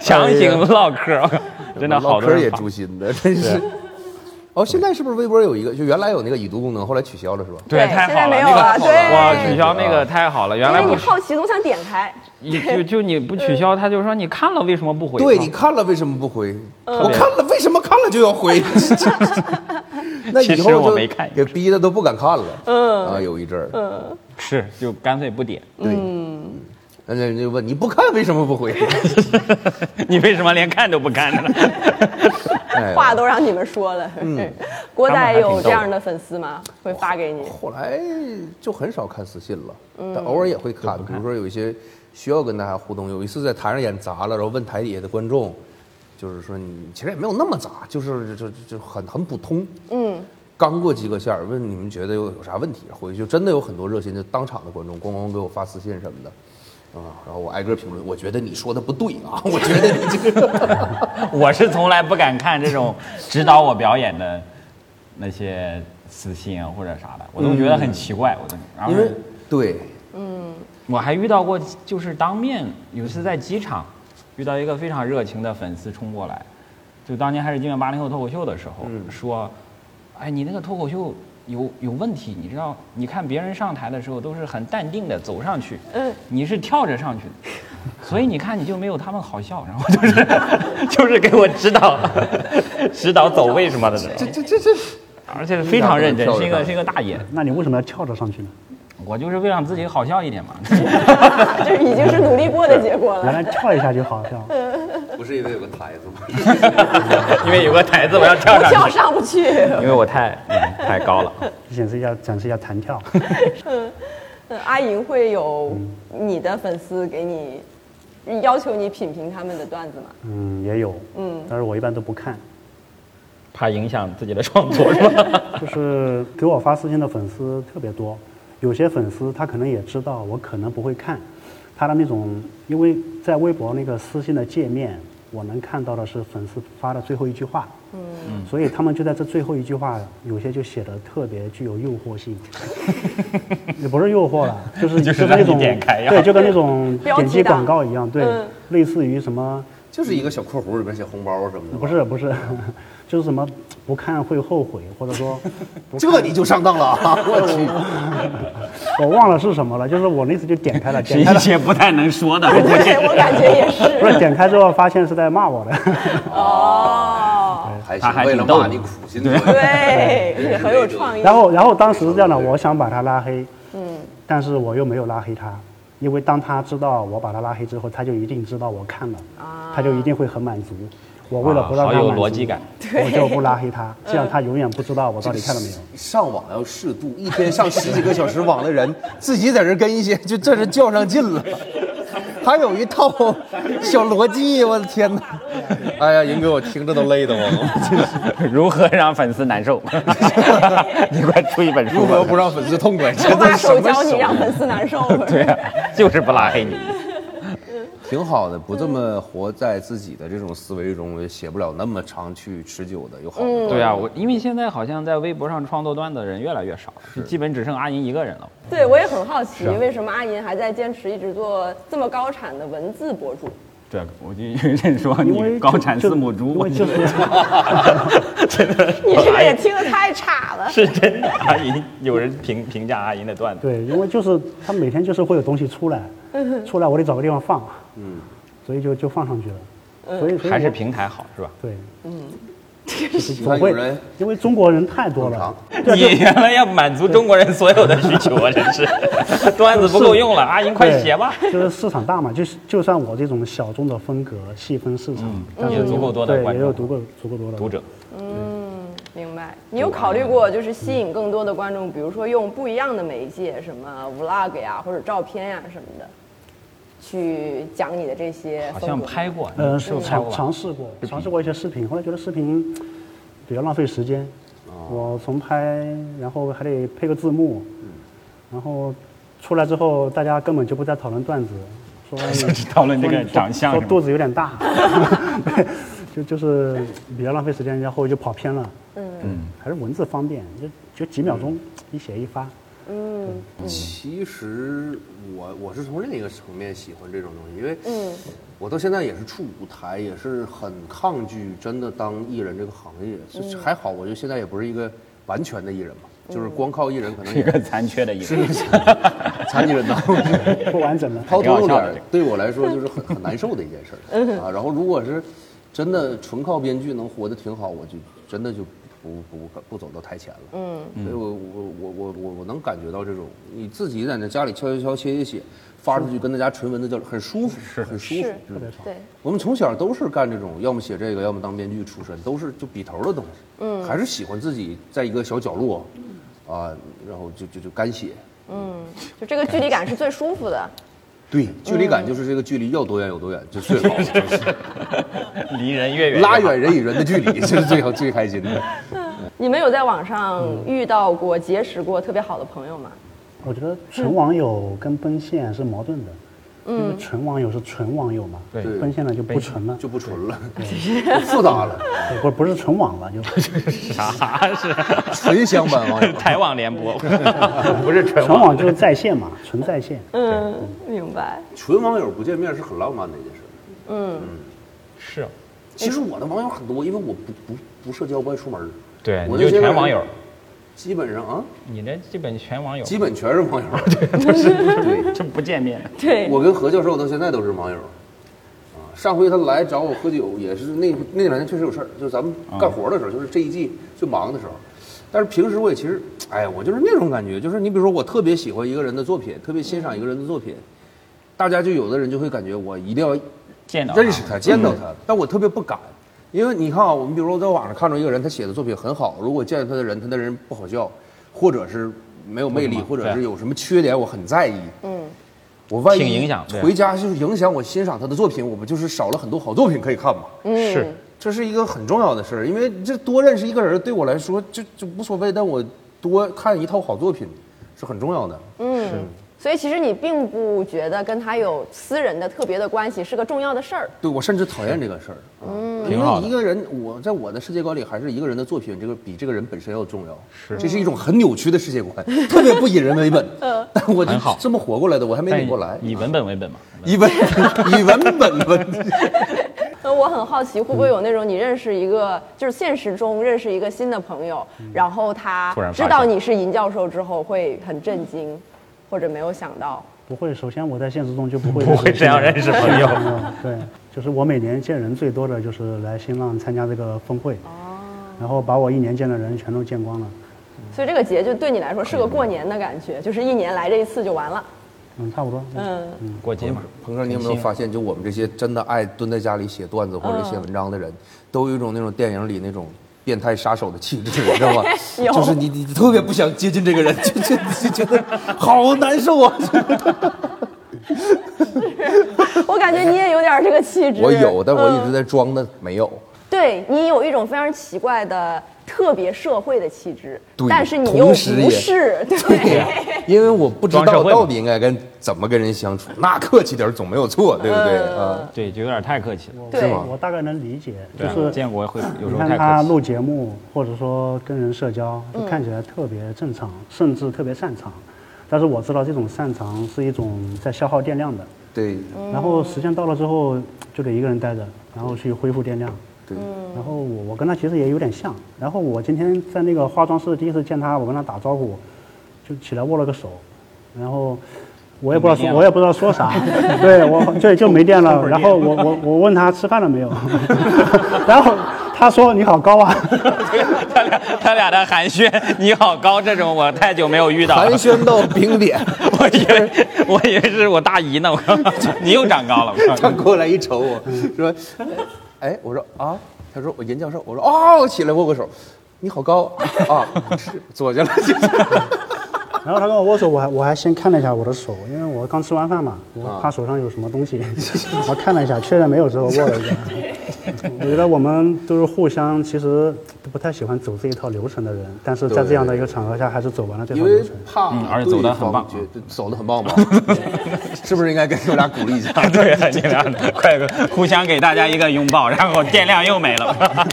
C: 强行唠嗑，真的好
B: 哎唠
C: 多
B: 嗑
C: 人
B: 也
C: 发
B: 诛心的，真是。哦，现在是不是微博有一个？就原来有那个已读功能，后来取消了是吧？
C: 对，
A: 对
C: 太
A: 现在
C: 好了，
A: 没有
C: 那个
A: 了
C: 太好了
A: 对
C: 哇，取消
B: 啊
C: 那个太好了，原
A: 因
C: 来
A: 哎为你
C: 不
A: 好奇总想点开，
C: 你就就你不取消，他就说你看了为什么不回？
B: 对，你看了为什么不回？我
C: 别
B: 看了，为什么看了就要回？ 那以后
C: 其实我
B: 就
C: 没看
B: 给逼的都不敢看了。嗯啊，有一阵儿，
C: 是就干脆不点，
B: 对，嗯那人家就问你不看为什么不 回？
C: 你为什么连看都不看呢？
B: 哎呀
A: 话都让你们说了。
C: 嗯
A: 郭
C: 他们还
A: 仔
C: 挺
A: 有
C: 逗
A: 这
C: 的
A: 样的粉丝吗？会发给你？
B: 后来就很少看私信了，但偶尔也会看，比如说有一些需要跟大家互动。有一次在台上演砸了，然后问台底下的观众，就是说你其实也没有那么砸，就是就就就很很普通，嗯，刚过及格线儿，问你们觉得有有啥问题，回去就真的有很多热心的当场的观众，咣咣给我发私信什么的。啊，然后我挨个评论，我觉得你说的不对啊，我觉得你这个
C: 我是从来不敢看这种指导我表演的那些私信啊或者啥的，我都觉得很奇怪。我都，然
B: 嗯
C: 后
B: 因为对，
C: 我还遇到过，就是当面有一次在机场遇到一个非常热情的粉丝冲过来，就当年还是《今晚八零后脱口秀》的时候，说：“哎，你那个脱口秀有有问题，你知道？你看别人上台的时候都是很淡定的走上去，
A: 嗯
C: 你是跳着上去的， 所以你看你就没有他们好笑。”然后就是就是 给我指导 指导走位什么的那
B: 这
C: 种，
B: 这这这
C: 而且非常认真，
B: 跳着
C: 是一
B: 上
C: 个
B: 去
C: 是一个大爷。
D: 那你为什么要跳着上去 呢？
C: 我就是为了让自己好笑一点嘛。
A: 这已经是努力过的结果
D: 原
A: 了。
D: 来跳一下就好笑。
B: 不是因为有个台子吗？
C: 因为有个台子，我要跳
A: 我
C: 上去
A: 跳。上不去，
C: 因为我太，嗯太高了。
D: 显示一下展示一下弹 跳。
A: 嗯，阿莹会有你的粉丝给你要求你品评他们的段子吗？
D: 嗯，也有，嗯，但是我一般都不看，
C: 怕影响自己的创作是吧？
D: 就是给我发私信的粉丝特别多，有些粉丝他可能也知道我可能不会看，他的那种，因为在微博那个私信的界面，我能看到的是粉丝发的最后一句话，嗯，所以他们就在这最后一句话，有些就写的特别具有诱惑性，也不是诱惑了，就是
C: 就是
D: 跟那
C: 让你
D: 种
C: 点开呀
D: 对，就跟 那种
A: 标
D: 点
A: 题
D: 击
A: 党
D: 广告一样，对，
A: 嗯
D: 类似于什么。
B: 就是一个小括弧里面写红包什么的。
D: 不，是不是， 就是什么不看会后悔，或者说不看
B: 这你就上当了 啊！我去，
D: 我忘了是什么了，就是我那次就点 开了，
C: 是
D: 点开
C: 一
D: 了，
C: 些不太能说的。
A: 对，我感觉也 是。
D: 不是点开之后发现是在骂我的，
C: 嗯
A: 哦，
B: 还
C: 他还
B: 行，为了
C: 挺逗
B: 骂
C: 的
B: 你苦心做。
A: 对，很有创意。
D: 然后然后当时是这样的，我想把他拉黑，嗯，但是我又没有拉黑他，因为当他知道我把他拉黑之后，他就一定知道我看了，他就一定会很满足。我为了不让
C: 啊好
D: 他
C: 有
D: 满足，
C: 逻辑感，
D: 我就不拉 黑他，这样他永远不知道我到底看了没有。
C: 嗯
B: 上网要适度，一天上十几个小时网的人， 自己在这跟一些就这是较上劲 了，还有一套小逻辑，我的天哪！ 哎呀，银哥，我听着都累的我，
C: 如何让粉丝难受？ 你快出一本书
B: 如何
C: 吧。
B: 不让粉丝痛 快？
A: 手
B: 真
A: 把
B: 的
A: 手
B: 什么
A: 教你，
B: 手
A: 让粉丝难受。
C: 对啊，就是不拉黑 你。
B: 挺好的，不这么活在自己的这种思维中，也写不了那么长去持久的有好的。
C: 对啊，我因为现在好像在微博上创作段子的人越来越少了，基本只剩阿银一个人了。
A: 对，我也很好奇，为什么阿银还在坚持一直做这么高产的文字博主？
C: 对，啊我就有人说
D: 因为
C: 你高产
D: 就
C: 字母猪，
D: 因
C: 我
D: 为就
C: 觉
D: 是
C: 得 真的
A: 你这个也听得太差了。
C: 是真的。阿银有人评评价阿银的段子，
D: 对，因为就是他每天就是会有东西出来，
C: 嗯
D: 出来我得找个地方放，嗯，所以就就放上去了，所以所以
C: 还是
D: 我
C: 平台好是吧？
D: 对，
B: 那
D: 总
B: 有
D: 会
B: 人，
D: 因为中国人太多了，
C: 你原来要满足中国人所有的需求啊！真 是，段子不够用了，阿银快
D: 对
C: 写吧。，
D: 就是市场大嘛，就是就算我这种小众的风格细分市场，但是
C: 也足够多的
D: 对，
C: 观
D: 也
C: 众
D: 有足够足够多的
C: 读者，
A: 明白。你有考虑过就是吸引更多的观众，比如说用不一样的媒介，什么 vlog 呀，或者照片呀什么的，去讲你的这些
C: 好
A: 风格
C: 像拍过，
D: 呃，
C: 是
D: 是
C: 不是拍
D: 尝
C: 过吧？
D: 尝试过，尝试过一些视频，后来觉得视频比较浪费时间，我从拍，然后还得配个字幕，然后出来之后大家根本就不再讨论段子，说哎
C: 讨论这
D: 说
C: 个
D: 你
C: 长相
D: 说
C: 是吗
D: 肚子有点大， 对，就就是比较浪费时间，然后就跑偏了，嗯，还是文字方便，就就几秒
C: 嗯
D: 钟一写一发，
B: 其实我我是从另一个层面喜欢这种东西，因为我到现在也是出舞台，也是很抗拒真的当艺人这个行业。是还好，我觉得现在也不是一个完全的艺人嘛，就是光靠艺人可能
C: 是一
B: 也
C: 个残缺的一个。
B: 残疾人当。
D: 不完整了。
B: 抛头露
C: 挺好笑的这
B: 脸
C: 个
B: 对我来说就是很很难受的一件事儿啊。然后如果是真的纯靠编剧能活得挺好，我就真的就不不不走到台前了。嗯，所以我我我我我我能感觉到这种你自己在那家里敲敲敲写写写，发出去跟大家纯文的交流，很舒服，是很舒服，特别
A: 对。
B: 我们从小都是干这种，要么写这个，要么当编剧出身，都是就笔头的东西。嗯，还是喜欢自己在一个小角落，啊，然后就就就干写。
A: 就这个距离感是最舒服的。
B: 对，距离感就是这个距离要多远有多远，就最好。
C: 离人越远越好
B: 拉远人与人的距离，这是最好最开心的。
A: 你们有在网上遇到过、结识过特别好的朋友吗？
D: 我觉得纯网友跟奔现是矛盾的，因为纯网友是纯网友嘛，
C: 对
D: 奔现呢就不纯了，
B: 就不纯了，复杂了，
D: 对不不是纯 网了，就
C: 啥是
B: 纯相伴网友
C: 台网联播， 不是纯
D: 纯网就是在 线嘛，纯在线。
A: 嗯，明白。
B: 纯网友不见面是很浪漫的一件事。
C: 是，
B: 其实我的网友很多，因为我不不不社交，不爱出门。
C: 对，
B: 我那
C: 你就
B: 些
C: 全
B: 人
C: 网友，
B: 基本上啊，
C: 你这基本全网友，
B: 基本全是网友。对，
C: 这不见面，
A: 对，
B: 我跟何教授到现在都是网友。啊，上回他来找我喝酒，也是那那两天确实有事儿，就是咱们干活的时候，就是这一季最忙的时候。但是平时我也其实，哎呀，我就是那种感觉，就是你比如说我特别喜欢一个人的作品，特别欣赏一个人的作品，大家就有的人就会感觉我一定要
C: 见到他嗯
B: 认识他，见到他，但我特别不敢，因为你看啊，我们比如说在网上看着一个人，他写的作品很好，如果见到他的人，他的人不好笑，或者是没有魅力，或者是有什么缺点，我很在意。嗯，我万一
C: 挺影响对
B: 回家就是影响我欣赏他的作品，我不就是少了很多好作品可以看吗？
C: 是
D: 嗯
B: 这是一个很重要的事儿，因为这多认识一个人对我来说就就无所谓，但我多看一套好作品是很重要的。
A: 嗯所以其实你并不觉得跟他有私人的特别的关系是个重要的事儿。
B: 对我甚至讨厌这个事儿，嗯，因
C: 挺好
B: 为
C: 的
B: 一个人，我在我的世界观里，还是一个人的作品，这个比这个人本身要重要。是，这是一种很扭曲的世界观，特别不以人为本。 但我就
C: 很好
B: 这么活过来的，我还没
C: 但
B: 拧过来。
C: 以文本为本嘛。文本
B: 以文以文本问 题，
C: 哎
A: 那呃我很好奇，会不会有那种你认识一个，就是现实中认识一个新的朋友，
B: 嗯
A: 然后他
C: 突然发
A: 知
C: 现
A: 道你是尹教授之后会很震惊，或者没有想到，
D: 不会，首先我在现实中就不 会
C: 不会这样认识朋友
D: 对，就是我每年见人最多的就是来新浪参加这个峰会，然后把我一年见的人全都见光了。
A: 所以这个节就对你来说是个过年的感觉，就是一年来这一次就完了。
D: 嗯，差不多。
A: 嗯，
C: 过节嘛，
B: 鹏哥，你有
C: 啊
B: 没有发现，就我们这些真的爱蹲在家里写段子或者写文章 的人，都有一种那种电影里那种。变态杀手的气质，你知道吗？
A: 有
B: 就是你，你你特别不想接近这个人，就就就觉得好难受 啊！
A: 我感觉你也有点这个气质。
B: 我有，但我一
A: 嗯
B: 直在装的没有。
A: 对你有一种非常奇怪的特别社会的气质，
B: 对
A: 但是你又
B: 同时也
A: 不是， 对，
B: 因为我不知
C: 装社
B: 道
C: 会嘛
B: 到底应该跟怎么跟人相处，那客气点儿总没有错，对不对啊？
C: 对，就有点太客气了。
A: 对
B: 吗
D: 我大概能理解，就
C: 对啊
D: 是
C: 建国会有时
D: 你
C: 候
D: 看
C: 太
D: 他
C: 客气。
D: 录节目，或者说跟人社交，就看起来特别正常，甚至特别擅长。但是我知道这种擅长是一种在消耗电量的，
B: 对
D: 然后时间到了之后就得一个人待着，然后去恢复电量。
B: 对，
C: 嗯
D: 然后我我跟他其实也有点像。然后我今天在那个化妆室第一次见他，我跟他打招呼，就起来握了个手，然后我也不知道
C: 没电
D: 说，
C: 了
D: 我也不知道 说啥，对我对就没电了。然后我我我问他吃饭了没 有， 然后他说你好高啊，
C: 他俩他俩的寒暄，你好高这种，我太久没有遇到
B: 寒
C: 了。
B: 暄到冰 点，
C: 我以为 我以为是我大姨呢，我刚你又长高了，
B: 他
C: 我刚
B: 过来一瞅我说：“哎，我说啊。”他说：“我尹教授。”我说：“哦，我起来握个手，你好高啊！”是坐下了，
D: 然后他跟我握手，我还我还先看了一下我的手，因为我刚吃完饭嘛，我怕手上有什么东西， 我看了一下，确认没有之后握了一下。我觉得我们都是互相，其实不太喜欢走这一套流程的人，但是在这样的一个场合下，还是走完了这
B: 因
D: 套
B: 为
D: 流程。
B: 怕
C: 嗯而且走得很棒
B: 对方觉得走得很棒吧？ 是不是应该给你们俩鼓励一下？
C: 对啊，你俩快互相给大家一个拥抱，然后电量又没了，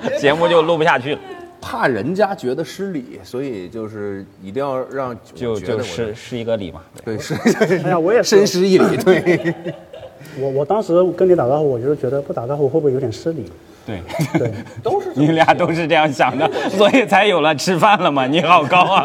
C: 节目就录不下去了，
B: 怕人家觉得失礼，所以就是一定要让
C: 就
B: 我觉得
C: 就
B: 我
C: 是是一个礼嘛。
B: 对是。
D: 哎呀，我也
B: 深
D: 是，
B: 施一礼， 对，
D: 我我当时跟你打招呼，我就是觉得不打招呼会不会有点失礼？
C: 对，
D: 对，
B: 都是
C: 你俩都是这样想的，所以才有了吃饭了吗？你好 高啊，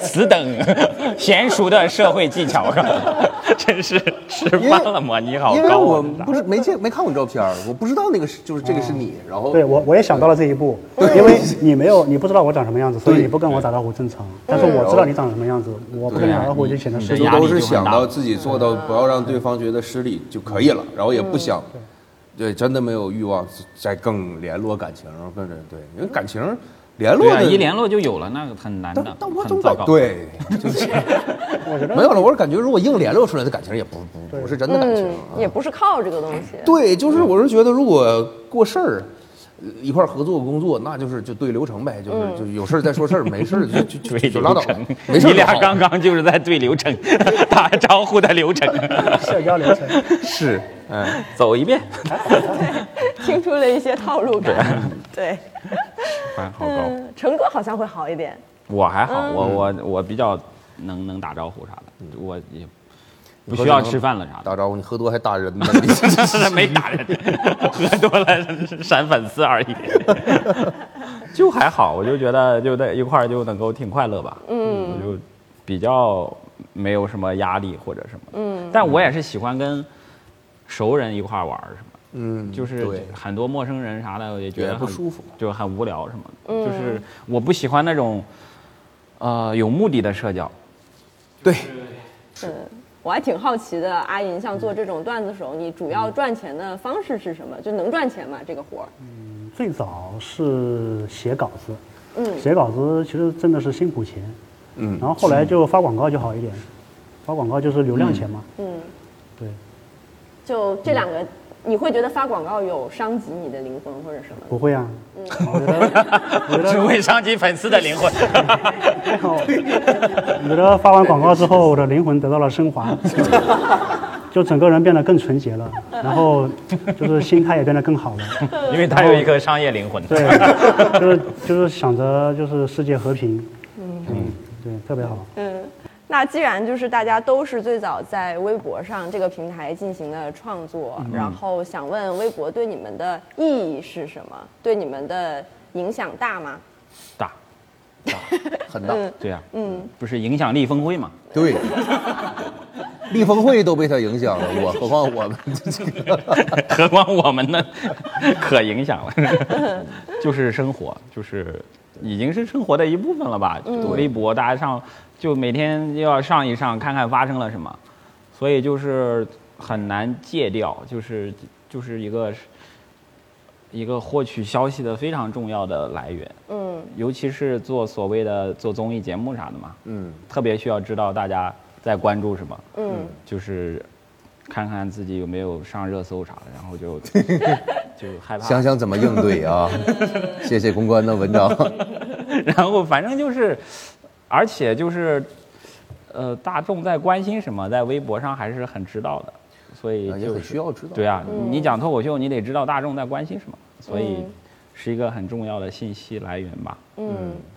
C: 此等 娴熟的社会技巧，啊 真是吃饭了吗？你好
B: 因为
C: 高
B: 我
C: 啊！
B: 不是没见没看过你照片儿，我不知道那个是就是这个是你，然后
D: 嗯对我我也想到了这一步，因为你没有你不知道我长什么样子，所以
B: 对
D: 你不跟我打招呼正常。但是我知道你长什么样子，我不跟你打招呼就显得
C: 你
D: 失
C: 你
D: 礼
B: 就。
C: 压力
B: 都
C: 就很
B: 是
C: 大
B: 想到自己做到不要让对方觉得失礼就可以了，然后也不想，
D: 嗯
B: 对，真的没有欲望再更联络感情，跟着对，因为感情联
C: 对
B: 络
C: 啊，
B: 的
C: 一联络就有了，那个很难的
B: 但，但我
C: 很
B: 总
C: 糟
B: 搞
C: 糕。，
B: 对，就是
D: 我觉得
B: 没有了。我是感觉如果硬联络出来的感情也不不不是真的感情
A: 嗯，，也不是靠这个东西。
B: 对，就是我是觉得，如果过事儿，呃一块儿合作工作，那就是就对流程呗，就是、就有事儿再说事儿，没事儿就就 就
C: 嗯对
B: 就就
C: 流
B: 拉倒
C: 程
B: 了，没事儿就
C: 你俩
B: 好
C: 刚刚就是在对 流程打招呼的流程，
D: 社交流程。
B: 是， 嗯，
C: 走一遍。
A: 听出了一些套路感。 对，
C: 还好高，
A: 嗯，成哥好像会好一点。
C: 我还
B: 嗯
C: 好，我我我比较能能打招呼啥的，我也不需要吃饭了啥的。
B: 打招呼，你喝多还打 人呢，
C: 嗯没打人，喝多了闪粉丝而已，就还好，我就觉得就在一块儿就能够挺快乐吧，嗯，我就比较没有什么压力或者什么，嗯，但我也是喜欢跟熟人一块儿玩儿什么，
B: 嗯，
C: 就是嗯
B: 对，
C: 很多陌生人啥的，我也觉
B: 也
C: 得
B: 不
C: 很
B: 舒服，
C: 就很无聊什么的，就是我不喜欢那种呃有目的的社交，
B: 对，
A: 我还挺好奇的，阿银像做这种段子手，你主要赚钱的方式是什么？就能赚钱吗？这个活儿？
D: 最早是写稿子，嗯，写稿子其实真的是辛苦钱，嗯，然后后来就发广告就好一点，发广告就是流量钱嘛，嗯，对，
A: 就这两个，你会觉得发广告有伤及你的灵魂或者什么？
D: 不会啊，我觉得
C: 只会伤及粉丝的灵魂。
D: 还好，我觉得发完广告之后，我的灵魂得到了升华，就整个人变得更纯洁了，然后就是心态也变得更好了。
C: 因为他有一颗商业灵魂。
D: 对，就是就是想着就是世界和平，嗯，对，特别好。
A: 嗯，那既然就是大家都是最早在微博上这个平台进行了创作，
D: 嗯
A: 然后想问微博对你们的意义是什么？对你们的影响大吗？
C: 大，
B: 很大，
C: 对呀、嗯，不是影响力峰会嘛？
F: 对，立峰会都被他影响了，我何况 我们这个。
C: 何况我们呢，可影响了，就是生活，就是已经是生活的一部分了吧？就微博大家上，就每天要上一上，看看发生了什么，所以就是很难戒掉，就是就是一个一个获取消息的非常重要的来源。
A: 嗯，
C: 尤其是做所谓的做综艺节目啥的嘛，
B: 嗯，
C: 特别需要知道大家在关注什么，
A: 嗯，
C: 就是看看自己有没有上热搜啥的，然后 就就害怕，
F: 想想怎么应对啊！谢谢公关的文章，
C: 然后反正就是，而且就是，呃，大众在关心什么，在微博上还是很知道的，所以
F: 也
C: 就是
F: 很需要知道。
C: 对啊，
D: 嗯
C: 你讲脱口秀，你得知道大众在关心什么，所以是一个很重要的信息来源吧。
A: 嗯，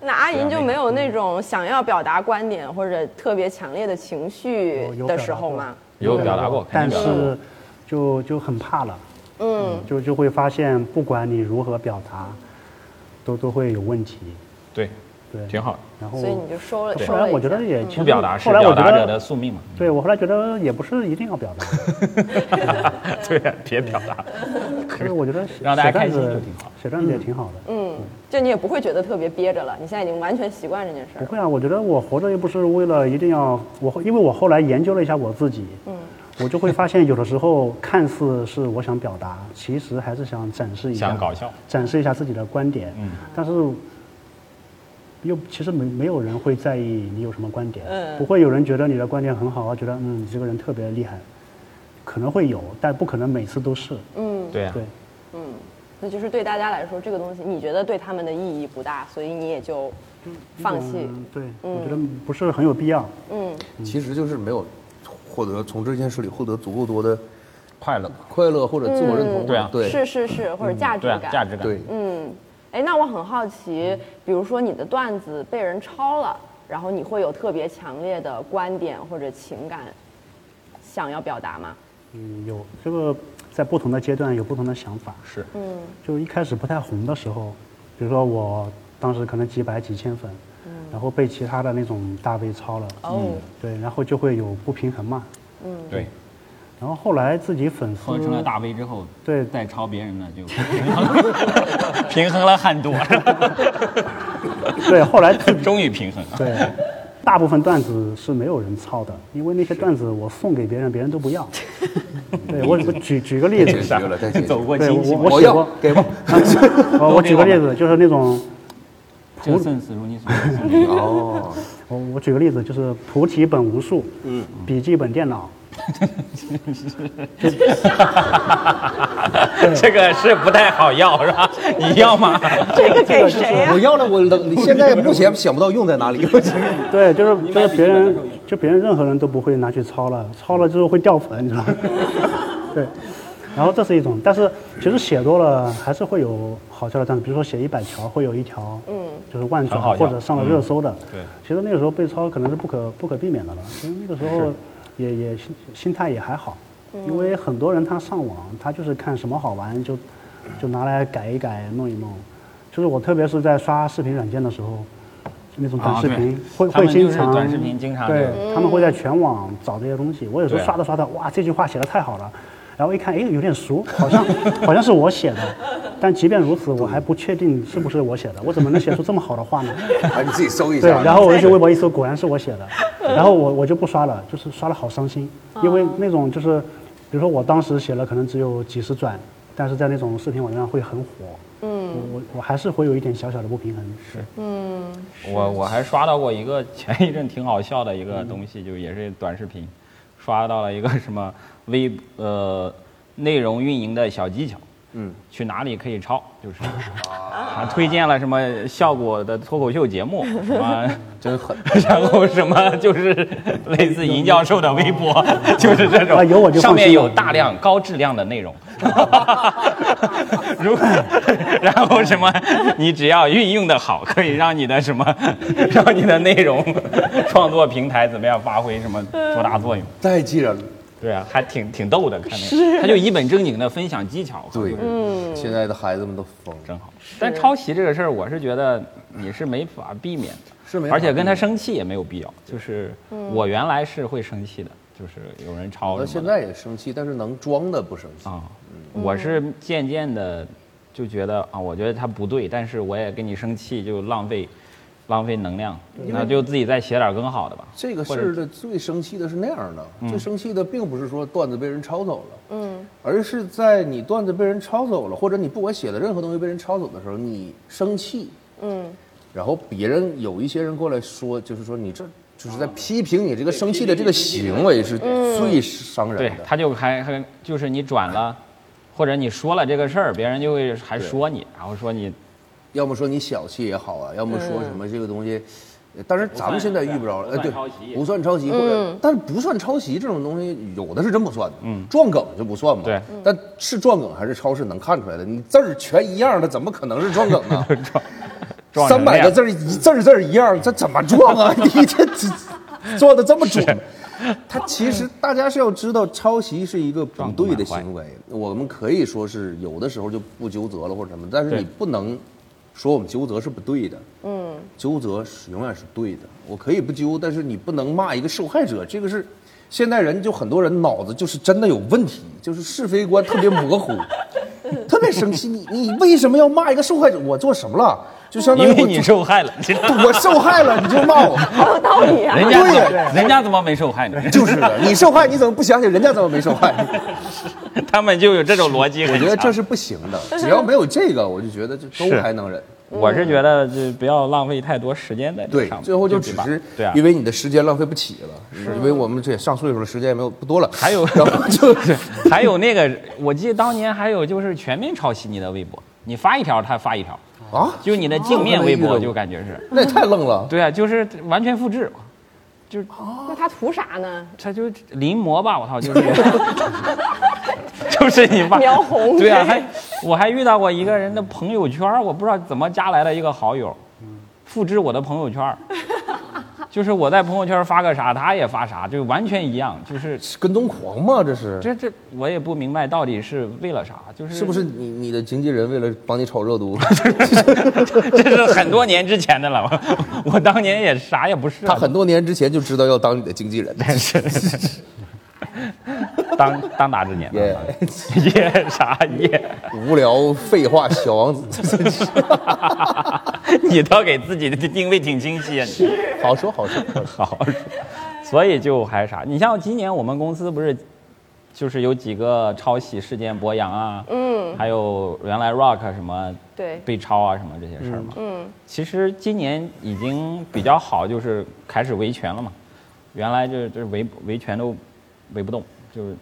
A: 那阿银就没有
D: 嗯
A: 那种想要表达观点或者特别强烈的情绪
D: 有有
A: 的
D: 表
A: 时
D: 达
A: 候
D: 过
A: 吗？
C: 有表达过，肯
D: 但
C: 定表达过
D: 是就就很怕了，
A: 嗯，
D: 就就会发现，不管你如何表达，都都会有问题。
C: 对，
D: 对，
C: 挺好的。
D: 然后
A: 所以你就收了，收
D: 后来
A: 了一
D: 我觉得
A: 下嗯
D: 也
C: 不
D: 其实
C: 表达是
D: 后来我
C: 表
D: 觉
C: 达者
D: 得
C: 的，宿命嘛。
D: 对我后来觉得也不是一定要表达，
C: 对啊，别表达，
D: 但是我觉得写
C: 让大家
D: 写段
C: 开心
D: 子
C: 就挺好，
D: 写段子也挺好的。
A: 嗯，就你也不会觉得特别憋着了，你现在已经完全习惯这件事
D: 不
A: 儿。
D: 会啊，我觉得我活着又不是为了一定要我后，因为我后来研究了一下我自己，嗯，我就会发现有的时候看似是我想表达，其实还是想展
F: 嗯
D: 示一下，
C: 想搞笑
D: 展示一下自己的观点，嗯，但是又其实没没有人会在意你有什么观点，
A: 嗯
D: 不会有人觉得你的观点很好啊，觉得嗯你这个人特别厉害，可能会有，但不可能每次都是，
A: 嗯，
C: 对啊
D: 对，
A: 那就是对大家来说，这个东西你觉得对他们的意义不大，所以你也就放弃。
D: 嗯，对，我觉得不是很有必要，
A: 嗯，
B: 其实就是没有获得从这件事里获得足够多的
C: 快乐，
B: 快乐或者自我认同，
C: 对啊
B: 对，
A: 是是是，
D: 嗯
A: 或者价值
C: 对啊
A: 感。，
C: 价值感，
B: 对，
A: 嗯，哎，那我很好奇，比如说你的段子被人抄了，然后你会有特别强烈的观点或者情感想要表达吗？
D: 嗯，有这个在不同的阶段有不同的想法，
C: 是，
A: 嗯
D: 就一开始不太红的时候，比如说我当时可能几百几千粉，然后被其他的那种大 V 超了，
A: 嗯
D: 嗯
A: 哦，
D: 对，然后就会有不平衡嘛。
C: 对。
D: 然后后来自己粉丝
C: 喝成了大 V 之后，
D: 对
C: 再抄别人 的就平衡平衡了很多，
D: 对，后来自 己
C: 终于平衡了。
D: 对，大部分段子是没有人抄的，因为那些段子我送给别人，别人都不要。对我我举举个例
B: 解
C: 啊
D: 子，
B: 决了，再解决
C: 走
B: 了。
C: 过
D: 对
C: 亲戚
D: 我
C: 嘛，
D: 我
B: 我
D: 写
B: 要
D: 过，
B: 给吧，
D: 哦我我举个例子，就是那种
C: 就胜似如你所愿。
B: 哦，
D: 我我举个例子，就是菩提本无树，嗯，笔记本电脑，
C: 这个是不太好要是吧？ 你要吗？
A: 这个给谁哎呀、
B: 我要了，我冷现在目前想不到用在哪里。
D: 对，就是就是别人，就别人任何人都不会拿去抄了，抄了之后会掉粉，你知道吗？ 对，然后这是一种，但是其实写多了还是会有好笑的段子，比如说写一百条会有一条，嗯，就是万转
C: 很好笑嗯
D: 或者上了热搜的，
C: 对
D: 其实那个时候被抄可能是不可不可避免的了，因为那个时候也也心心态也还好，因为很多人他上网他就是看什么好玩就就拿来改一改弄一弄，就是我特别是在刷视频软件的时候。那种短
C: 啊
D: 视
C: 对
D: 频、会
C: 他们
D: 会经
C: 就是
D: 常
C: 短视频经常
D: 对
C: 有，
D: 他们会在全网找这些东西。我有时候
C: 对
D: 刷着刷着，哇，这句话写的太好了，然后一看，哎，有点熟，好像好像是我写的。但即便如此，我还不确定是不是我写的，我怎么能写出这么好的话呢？
F: 哎，你自己搜一
D: 对，
F: 下。
D: 然后我就去微
B: 哎
D: 博一搜，果然是我写的，然后我我就不刷了，就是刷了好伤心，因为那种就是，比如说我当时写了可能只有几十转，但是在那种视频网站上会很火，嗯，我我我还是会有一点小小的不平衡。是，
C: 我我还刷到过一个前一阵挺好笑的一个东西，就也是短视频，刷到了一个什么微呃内容运营的小技巧，嗯，去哪里可以抄，就是
D: 啊
C: 他推荐了什么效果的脱口秀节目，什 么
B: 真狠，
C: 然后什么就是类似银教授的微博， 就是这
D: 啊
C: 种，
D: 有我就
C: 上
D: 放心
C: 面
D: 了
C: 有大量高质量的内 容。如果 然后什么，你只要运用的好，可以让你的什么， 让你的内容创作平台怎么样发挥什么多大作用？
B: 太气人了。
C: 对啊，还挺挺逗的，看那个，他就一本正经的分享技巧，
B: 对，现在的孩子们都疯了，
C: 真好。但抄袭这个事儿，我是觉得你是没法避免的。
B: 是没法
C: 而且跟他
B: 避免
C: 生气也没有必要。就是我原来是会生气的，就是有人抄
B: 那
C: 什么的。
B: 现在也生气，但是能装的不生气。
C: 啊，我是渐渐的就觉得啊，我觉得他不对，但是我也跟你生气就浪费浪费能量，那就自己再写点更好的吧。
B: 这个事
C: 或者
B: 儿的最生气的是那样的，最生气的并不是说段子被人抄走了，嗯，而是在你段子被人抄走了，或者你不管写的任何东西被人抄走的时候，你生气，嗯，然后别人有一些人过来说，就是说你这就是在啊批评你这个生气的这个行为是最伤
C: 对
B: 人的，，
C: 他就还还就是你转了，或者你说了这个事儿，别人就会还说你，然后说你
B: 要么说你小气也好啊，要么说什么这个东西，呃当然咱们现在遇不着了，
C: 不
B: 呃，
C: 算
B: 对
C: 抄袭，
B: 不算抄袭，或者但是不算抄袭这种东西，有的是真不算的，嗯，撞梗就不算嘛，
C: 对，
B: 但是撞梗还是抄是能看出来的，你字儿全一样的，怎么可能是撞梗 呢？
C: 撞成
B: 三
C: 那
B: 百
C: 样
B: 个字儿一字儿字儿一样，这怎么撞 啊？你这这撞的这么准？他其 实大家是要知道，抄袭是一个不对的行为。我们可以说是有的时候就不纠责了或者什么，但是
C: 对
B: 你不能说我们纠责是不对的。嗯，纠责是永远是对的。我可以不纠，但是你不能骂一个受害者，这个是。现代人就很多人脑子就是真的有问题，就是是非观特别模糊， 特别生气。你你为什么要骂一个受害者？我做什么了？就相当
C: 因
B: 于
C: 为
B: 我
C: 你
B: 做
C: 受害了，
B: 我受害了，你就骂我，
A: 好有道理啊！
C: 人家怎
B: 对
C: 么人家怎么没受害呢？
B: 就是的。你受害，你怎么不想想人家怎么没受害？
C: 他们就有这种逻辑很
B: 我
C: 强。
B: 觉得这是不行的。只要没有这个，我就觉得这都还能 忍。
C: 我是觉得就不要浪费太多时间在这
B: 对
C: 上面，，
B: 最后就
C: 对
B: 只
C: 吧
B: 是
C: 对啊，
B: 因为你的时间浪费不起了，因为我们这也上岁数了，时间也没有不多了。
C: 还有
B: 然后 就是
C: 还有那个，我记得当年还有就是全面抄袭你的微博，你发一条他发一条，
B: 啊，
C: 就你的镜面微博就感觉是，
B: 那也太愣了。
C: 对啊，就是完全复制，
A: 那他图啥呢？
C: 他就临摹吧，我操，就是 就是你吧，
A: 描红
C: 对啊，还我还遇到过一个人的朋友圈，我不知道怎么加来了一个好友，
B: 嗯
C: 复制我的朋友 圈。就是我在朋友圈发个啥，他也发啥，就完全一样。就是
B: 跟踪狂吗？这是
C: 这这，我也不明白到底是为了啥，就是
B: 是不 是你你的经纪人为了帮你炒热度，
C: 这是很多年之前的了，我我当年也啥也不是啊，
B: 他很多年之前就知道要当你的经纪 人？
C: 是当当打之年，
B: 耶
C: 夜啥夜？
B: 无聊废话，小王子，
C: 你倒给自己的定位挺清晰啊，你
B: 好说好说。
C: 好，所以就还啥？你像今年我们公司不是，就是有几个抄袭事件博洋啊，嗯，还有原来 Rock 什么
A: 对，
C: 被抄啊什么这些事儿嘛。嗯，其实今年已经比较好，就是开始维权了嘛。原来就是就是维维权都维不动，就是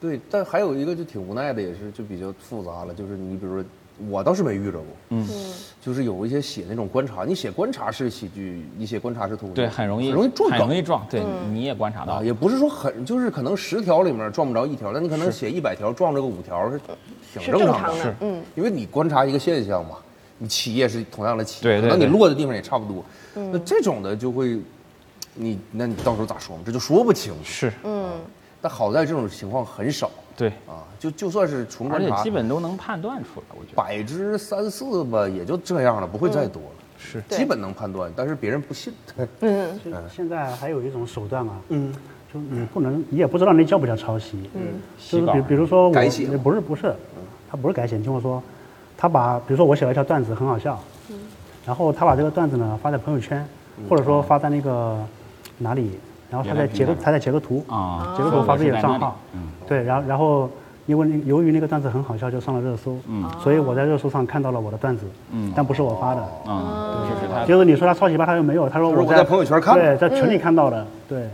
B: 对，但还有一个就挺无奈的，也是就比较复杂了，就是你比如说，我倒是没遇着过，嗯，就是有一些写那种观察，你写观察式喜剧，你写观察式脱口秀，
C: 对很容
B: 嗯
C: 易
B: 很容易撞
C: 很
B: 梗
C: 容易撞。对，你也观察到
B: 啊，
C: 了。
B: 也不是说很，就是可能十条里面撞不着一条，但你可能写一百条撞着个五条是挺
A: 是
B: 正
A: 正
B: 常
A: 常的是
B: 嗯，因为你观察一个现象嘛，你企业是同样的企业，
C: 对对
B: 可能你
C: 对
B: 落的地方也差不多，
A: 嗯
B: 那这种的就会，你那你到时候咋说嘛？这就说不清楚。
C: 是，
B: 但好在这种情况很少
C: 对，
B: 啊，就就算是纯
C: 而
B: 观
C: 且
B: 察，
C: 基本都能判断出来，我觉得。
B: 百之三四吧，也就这样了，不会
A: 嗯
B: 再多了。
C: 是
B: 基本能判断，但是别人不信。
C: 嗯
D: 就现在还有一种手段啊，嗯，就你不能，你也不知道那叫不叫抄袭，嗯，就是
C: 洗稿
D: 比比如说我
B: 改写
D: 呃不是不是，
C: 嗯
D: 他不是改写，你听我说，他把比如说我写了一条段子很好笑，
C: 嗯
D: 然后他把这个段子呢发在朋友圈，或者说发在那个哪里，然后他
C: 哦原来
D: 再
C: 平
D: 截个
C: 台上
D: 他再截个图
C: 啊
D: 截个图发自己的
C: 说我
D: 账
C: 是在那里嗯
D: 号，对，然后然后因为那由于那个段子很好笑，就上了热搜，嗯，所以我在热搜上看到了我的段子，嗯，但不是我发的，
E: 嗯，就是
C: 啊
E: 他
D: 就是你说他抄袭吧，他又没有，他说
F: 他说
D: 我
F: 我在朋友圈看
D: 对，在群里看到的，对，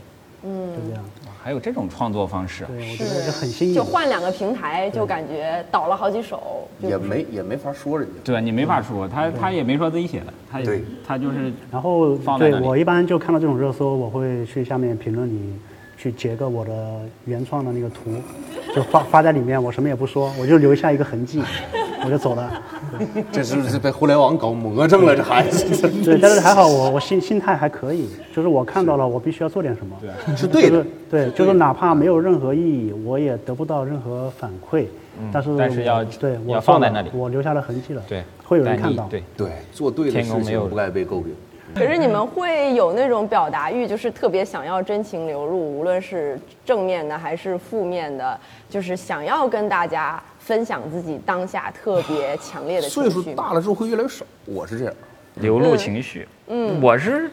D: 嗯，就这样，
E: 还有这种创作方式，
D: 对，我觉得就很新颖
A: 就，换两个平台，就感觉倒了好几手，就
F: 也没也没法说人家。
E: 对你没法说，他他也没说自己写的，他也
F: 对
E: 他就是
D: 然后
E: 放在
D: 对
E: 那里
D: 我一般就看到这种热搜，我会去下面评论里去截个我的原创的那个图，就发发在里面，我什么也不说，我就留下一个痕 迹，我就走了。
F: 这是这被互联网搞魔怔了，这孩子
D: 对，但是还好我我心心态还可以，就是我看到了，我必须要做点什么。对，
F: 是对
D: 就
F: 的
D: 是。对，就是哪怕没有任何意义，我也得不到任何反馈，但是
E: 嗯但是
D: 我
E: 要
D: 对我
E: 要
D: 做
E: 放在
D: 了
E: 那里
D: 我留下了痕迹了，
E: 对，
D: 会有人
E: 但
D: 看
E: 你
D: 到。
E: 对，
F: 对，做对的
E: 天
F: 事
E: 空没有
F: 情不该被诟病。
A: 可是你们会有那种表达欲，就是特别想要真情流露，无论是正面的还是负面的，就是想要跟大家分享自己当下特别强烈的情
F: 岁
A: 绪。
F: 数大了之后会越来越少，我是这样。
C: 流露情绪。嗯，我是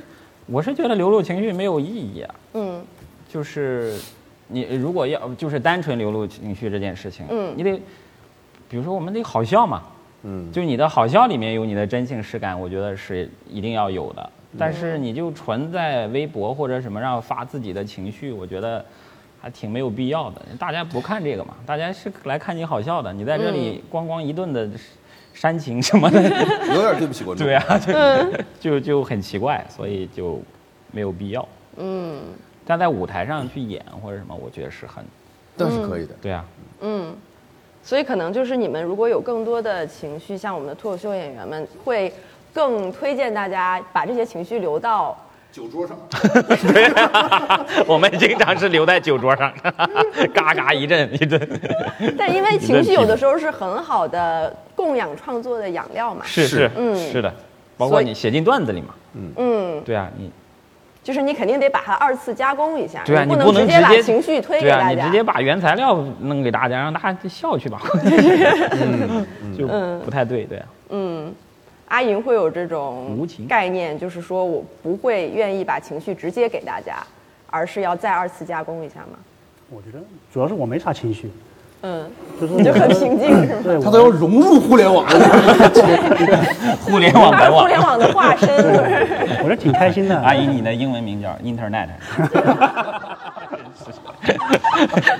C: 我是觉得流露情绪没有意义啊。
A: 嗯，
C: 就是你如果要就是单纯流露情绪这件事情，
A: 嗯
C: 你得比如说我们得好笑嘛，
F: 嗯，
C: 就是你的好笑里面有你的真情实感，我觉得是一定要有的。但是你就纯在微博或者什么上发自己的情绪，我觉得还挺没有必要的。大家不看这个嘛，大家是来看你好笑的。你在这里咣咣一顿的煽情什么的，
F: 有点对不起观众。
C: 对啊，就、
A: 嗯
C: 就就很奇怪，所以就没有必要。嗯，但在舞台上去演或者什么，我觉得是很
F: 但是可以的。
C: 对啊。
A: 所以可能就是你们如果有更多的情绪，像我们的脱口秀演员们会更推荐大家把这些情绪留 到
F: 酒桌上，
C: 对、 我们经常是留在酒 桌上， 嘎嘎一阵一阵。
A: 但因为情绪有的时候是很好的供养创作的养料嘛，
C: 是是
A: 嗯
C: 是的，包
A: 所
C: 括
A: 以
C: 你写进段子里嘛。
A: 嗯，
C: 对啊，你
A: 就是你肯定得把它二次加工一下，
C: 对啊，
A: 你
C: 你
A: 不能直
C: 能直
A: 接
C: 接
A: 把情绪推给
C: 对啊，
A: 大
C: 你
A: 家，
C: 直接把原材料弄给大家，让大家笑 去吧，
A: 嗯
C: 就不太对，对啊。
A: 阿银会有这种
C: 无情
A: 概念，就是说我不会愿意把情绪直接给大家，而是要再二次加工一下嘛，
D: 我觉得主要是我没啥情绪，
A: 嗯，
D: 就是
A: 你就
D: 我
A: 很
D: 觉得
A: 平静是吗？
D: 对，
F: 他
D: 我
F: 都要融入互联网了。
C: 互联网
A: 他
C: 白
A: 是互
C: 网，
A: 联网的化 身，是不是？
D: 我是挺开心的。
E: 阿姨，你的英文名叫 Internet，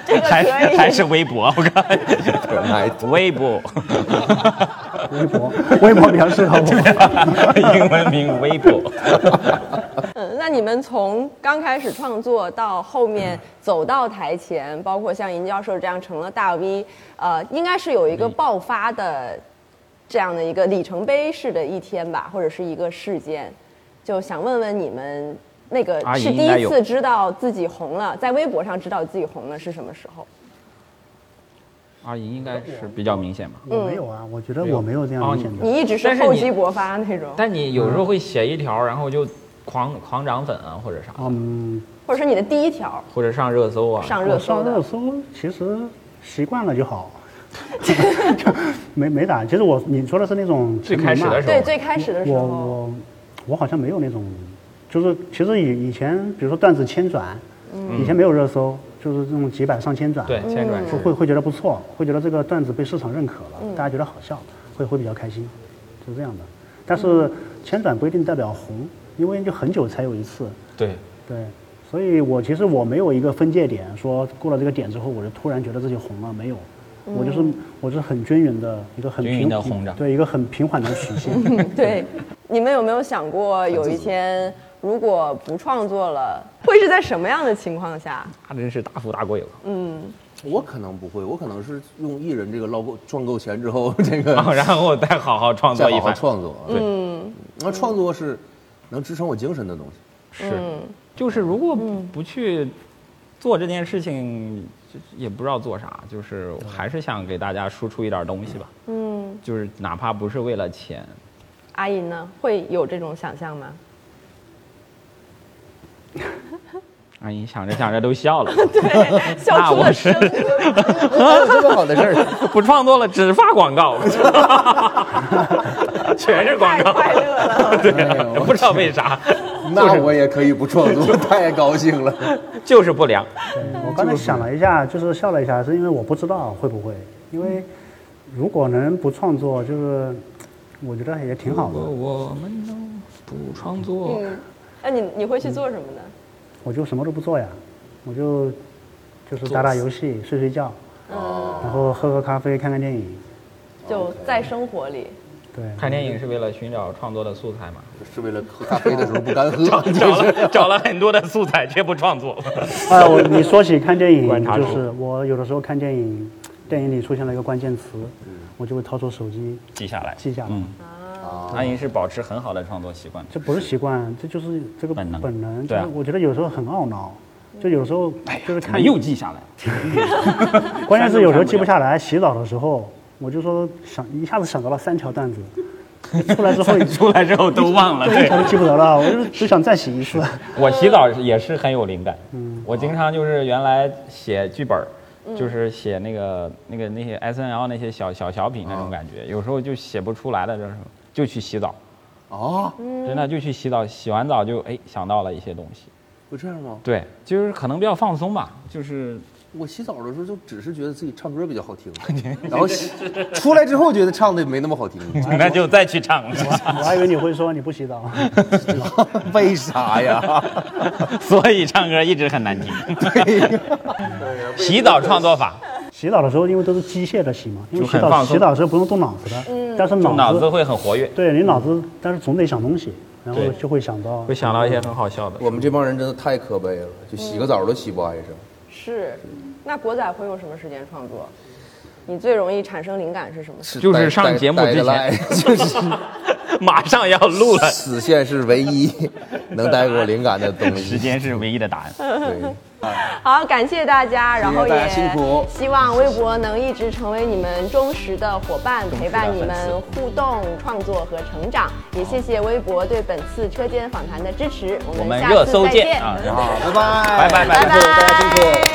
A: 这个
C: 还
A: 可以，
C: 还是微博，我看
F: 哎，
C: 微博，
D: 微博，微博比较适合 我。
C: 英文名微博。
A: 嗯，那你们从刚开始创作到后面走到台前，包括像尹教授这样成了大 V，呃，应该是有一个爆发的这样的一个里程碑式的一天吧，或者是一个事件，就想问问你们那个
C: 阿姨
A: 是第
C: 应该
A: 一
C: 有
A: 次知道自己红了，在微博上知道自己红了是什么时候？
C: 阿姨应该是比较明显吧。
D: 我没有啊，我觉得我没有这样明显的。
A: 你一直是
C: 但是你
A: 厚积薄发那种，
C: 但你有时候会写一条，然后就狂狂涨粉啊，或者啥，
D: 嗯，
A: 或者是你的第一条
C: 或者上热搜啊。
A: 哦上
D: 我
A: 热搜
D: 上热
A: 的，
D: 搜其实习惯了就好， 没没咋。其实我你说的是那种
C: 最开始的时
A: 对，
C: 候，
A: 最开始的时
D: 我
A: 候，
D: 我我好像没有那种，就是其实以以前比如说段子千转，
A: 嗯
D: 以前没有热搜，就是这种几百上千转，
C: 对，千转
D: 会会会觉得不错，会觉得这个段子被市场认可了，
A: 嗯
D: 大家觉得好笑，会会比较开心，是这样的。但
A: 嗯
D: 是千转不一定代表红，因为就很久才有一次，
C: 对，
D: 对，所以我其实我没有一个分界点，说过了这个点之后，我就突然觉得自己红了，没有。
A: 嗯
D: 我就是我是很均匀的一个很
C: 均
D: 平
C: 匀地红着
D: 对一个很平缓的曲 线。
A: 对，你们有没有想过有一天如果不创作了，会是在什么样的情况下？
C: 那真是大富大贵了。
F: 我可能不会，我可能是用艺人这个捞够赚够钱之后，这个
C: 然后然后再好好创
F: 再
C: 啊作一
F: 好好
C: 番。
F: 创作。啊嗯
C: 对，
F: 那创作是能支撑我精神的东西。
C: 是，
A: 嗯
C: 就是如果不去做这件事情，就也不知道做啥，就是还是想给大家输出一点东西吧。
A: 嗯，
C: 就是哪怕不是为了钱，
A: 阿银呢，会有这种想象吗？
C: 阿姨哎想着想着都笑了。
A: 笑出
C: 嗯我
A: 了
C: 是
A: 声，
F: 这么好的事 儿，
C: 不创作了，只发广告，全是广
A: 太
C: 告。
A: 快乐了。
C: 对啊，我不知道为啥，
F: 那我也可以不创作，太高兴了。
C: 就是不良。嗯
D: 我刚才想了一下，就是笑了一下，是因为我不知道会不会，因
C: 嗯
D: 为如果能不创作，就是我觉得也挺好的。
C: 我们都不创作，
A: 嗯，那你你会去做什么呢？
D: 我就什么都不做呀，我就就是打打游戏、睡睡觉，然后喝喝咖啡、看看电影，
A: 就在生活里，
D: 对，
C: 看电影是为了寻找创作的素 材嘛？
F: 是为了喝咖啡的时候不干喝，
C: 找了找了很多的素材，却不创作。
D: 啊，我你说起看电影
C: 观，察
D: 就
C: 力
D: 是我有的时候看电影，电影里出现了一个关键词，
C: 嗯
D: 我就会掏出手机
C: 记下来，
D: 记下来。
C: 嗯阿银是保持很好的创作习惯。
D: 这不是习惯，这就是这个
C: 本能
D: 本能。
C: 对啊嗯哎
D: 就是我觉得有时候很懊恼，就有时候就是
C: 怎
D: 看
C: 么，又记下来 了？
D: 关键是有时候记不下来。洗澡的时候，我就说想一下子想到了三条段子，出来之后
C: 出来之后都忘了。
D: 一
C: 对
D: 条，都记不得了，我就只想再 洗一次。
C: 我洗澡也是很有灵感。
D: 嗯
C: 我经常就是原来写剧本儿，就是写那个那个那些 S N L 那些小小小品那种感
D: 嗯
C: 觉，有时候就写不出来了，就是就去洗澡，
F: 啊，
C: 真的就去洗澡，洗完澡就哎想到了一些东西。
F: 会这样吗？
C: 对，就是可能比较放松吧，就是
F: 我洗澡的时候就只是觉得自己唱歌比较 好听，然后洗出来之后觉得唱的没那么好听，
C: 那就再去唱了。
D: 我还以为你会说你不 洗澡，
F: 为啥呀？
C: 所以唱歌一直很难听。洗澡创作法，
D: 洗澡的时候因为都是机械的洗嘛，因为
C: 就
D: 洗
C: 很
D: 澡
C: 放松
D: 洗澡的时候不用动脑子的，但是
C: 就脑
D: 脑
C: 子会很活跃，
D: 对你脑子，但是总得想东西，然后
C: 对
D: 就会想到
C: 会想到一些很好笑的。
B: 我们这帮人真的太可悲了，就洗个澡都洗不挨着。
A: 是。那国仔会用什么时间创作？你最容易产生灵感是什么？
C: 就是上
B: 呆
C: 节目
B: 呆
C: 之
B: 着赖 就是
C: 马上要录了，
B: 死线是唯一能带给我灵感的东
C: 时
B: 西。
C: 间是唯一的答案。
A: 嗯
B: 对。
A: 好，感谢大家，然后
F: 大家
A: 也
F: 辛苦
A: 希望微博能一直成为你们忠实的伙伴，陪伴你们互动、创作和成长。也谢谢微博对本次车间访谈的支持，我
C: 我
A: 们
C: 们
A: 下
C: 热
A: 次
C: 搜
A: 再
C: 见
A: 见，
C: 啊，然后
F: 拜拜
C: 拜
A: 拜
C: 拜拜拜
A: 拜，大家辛苦。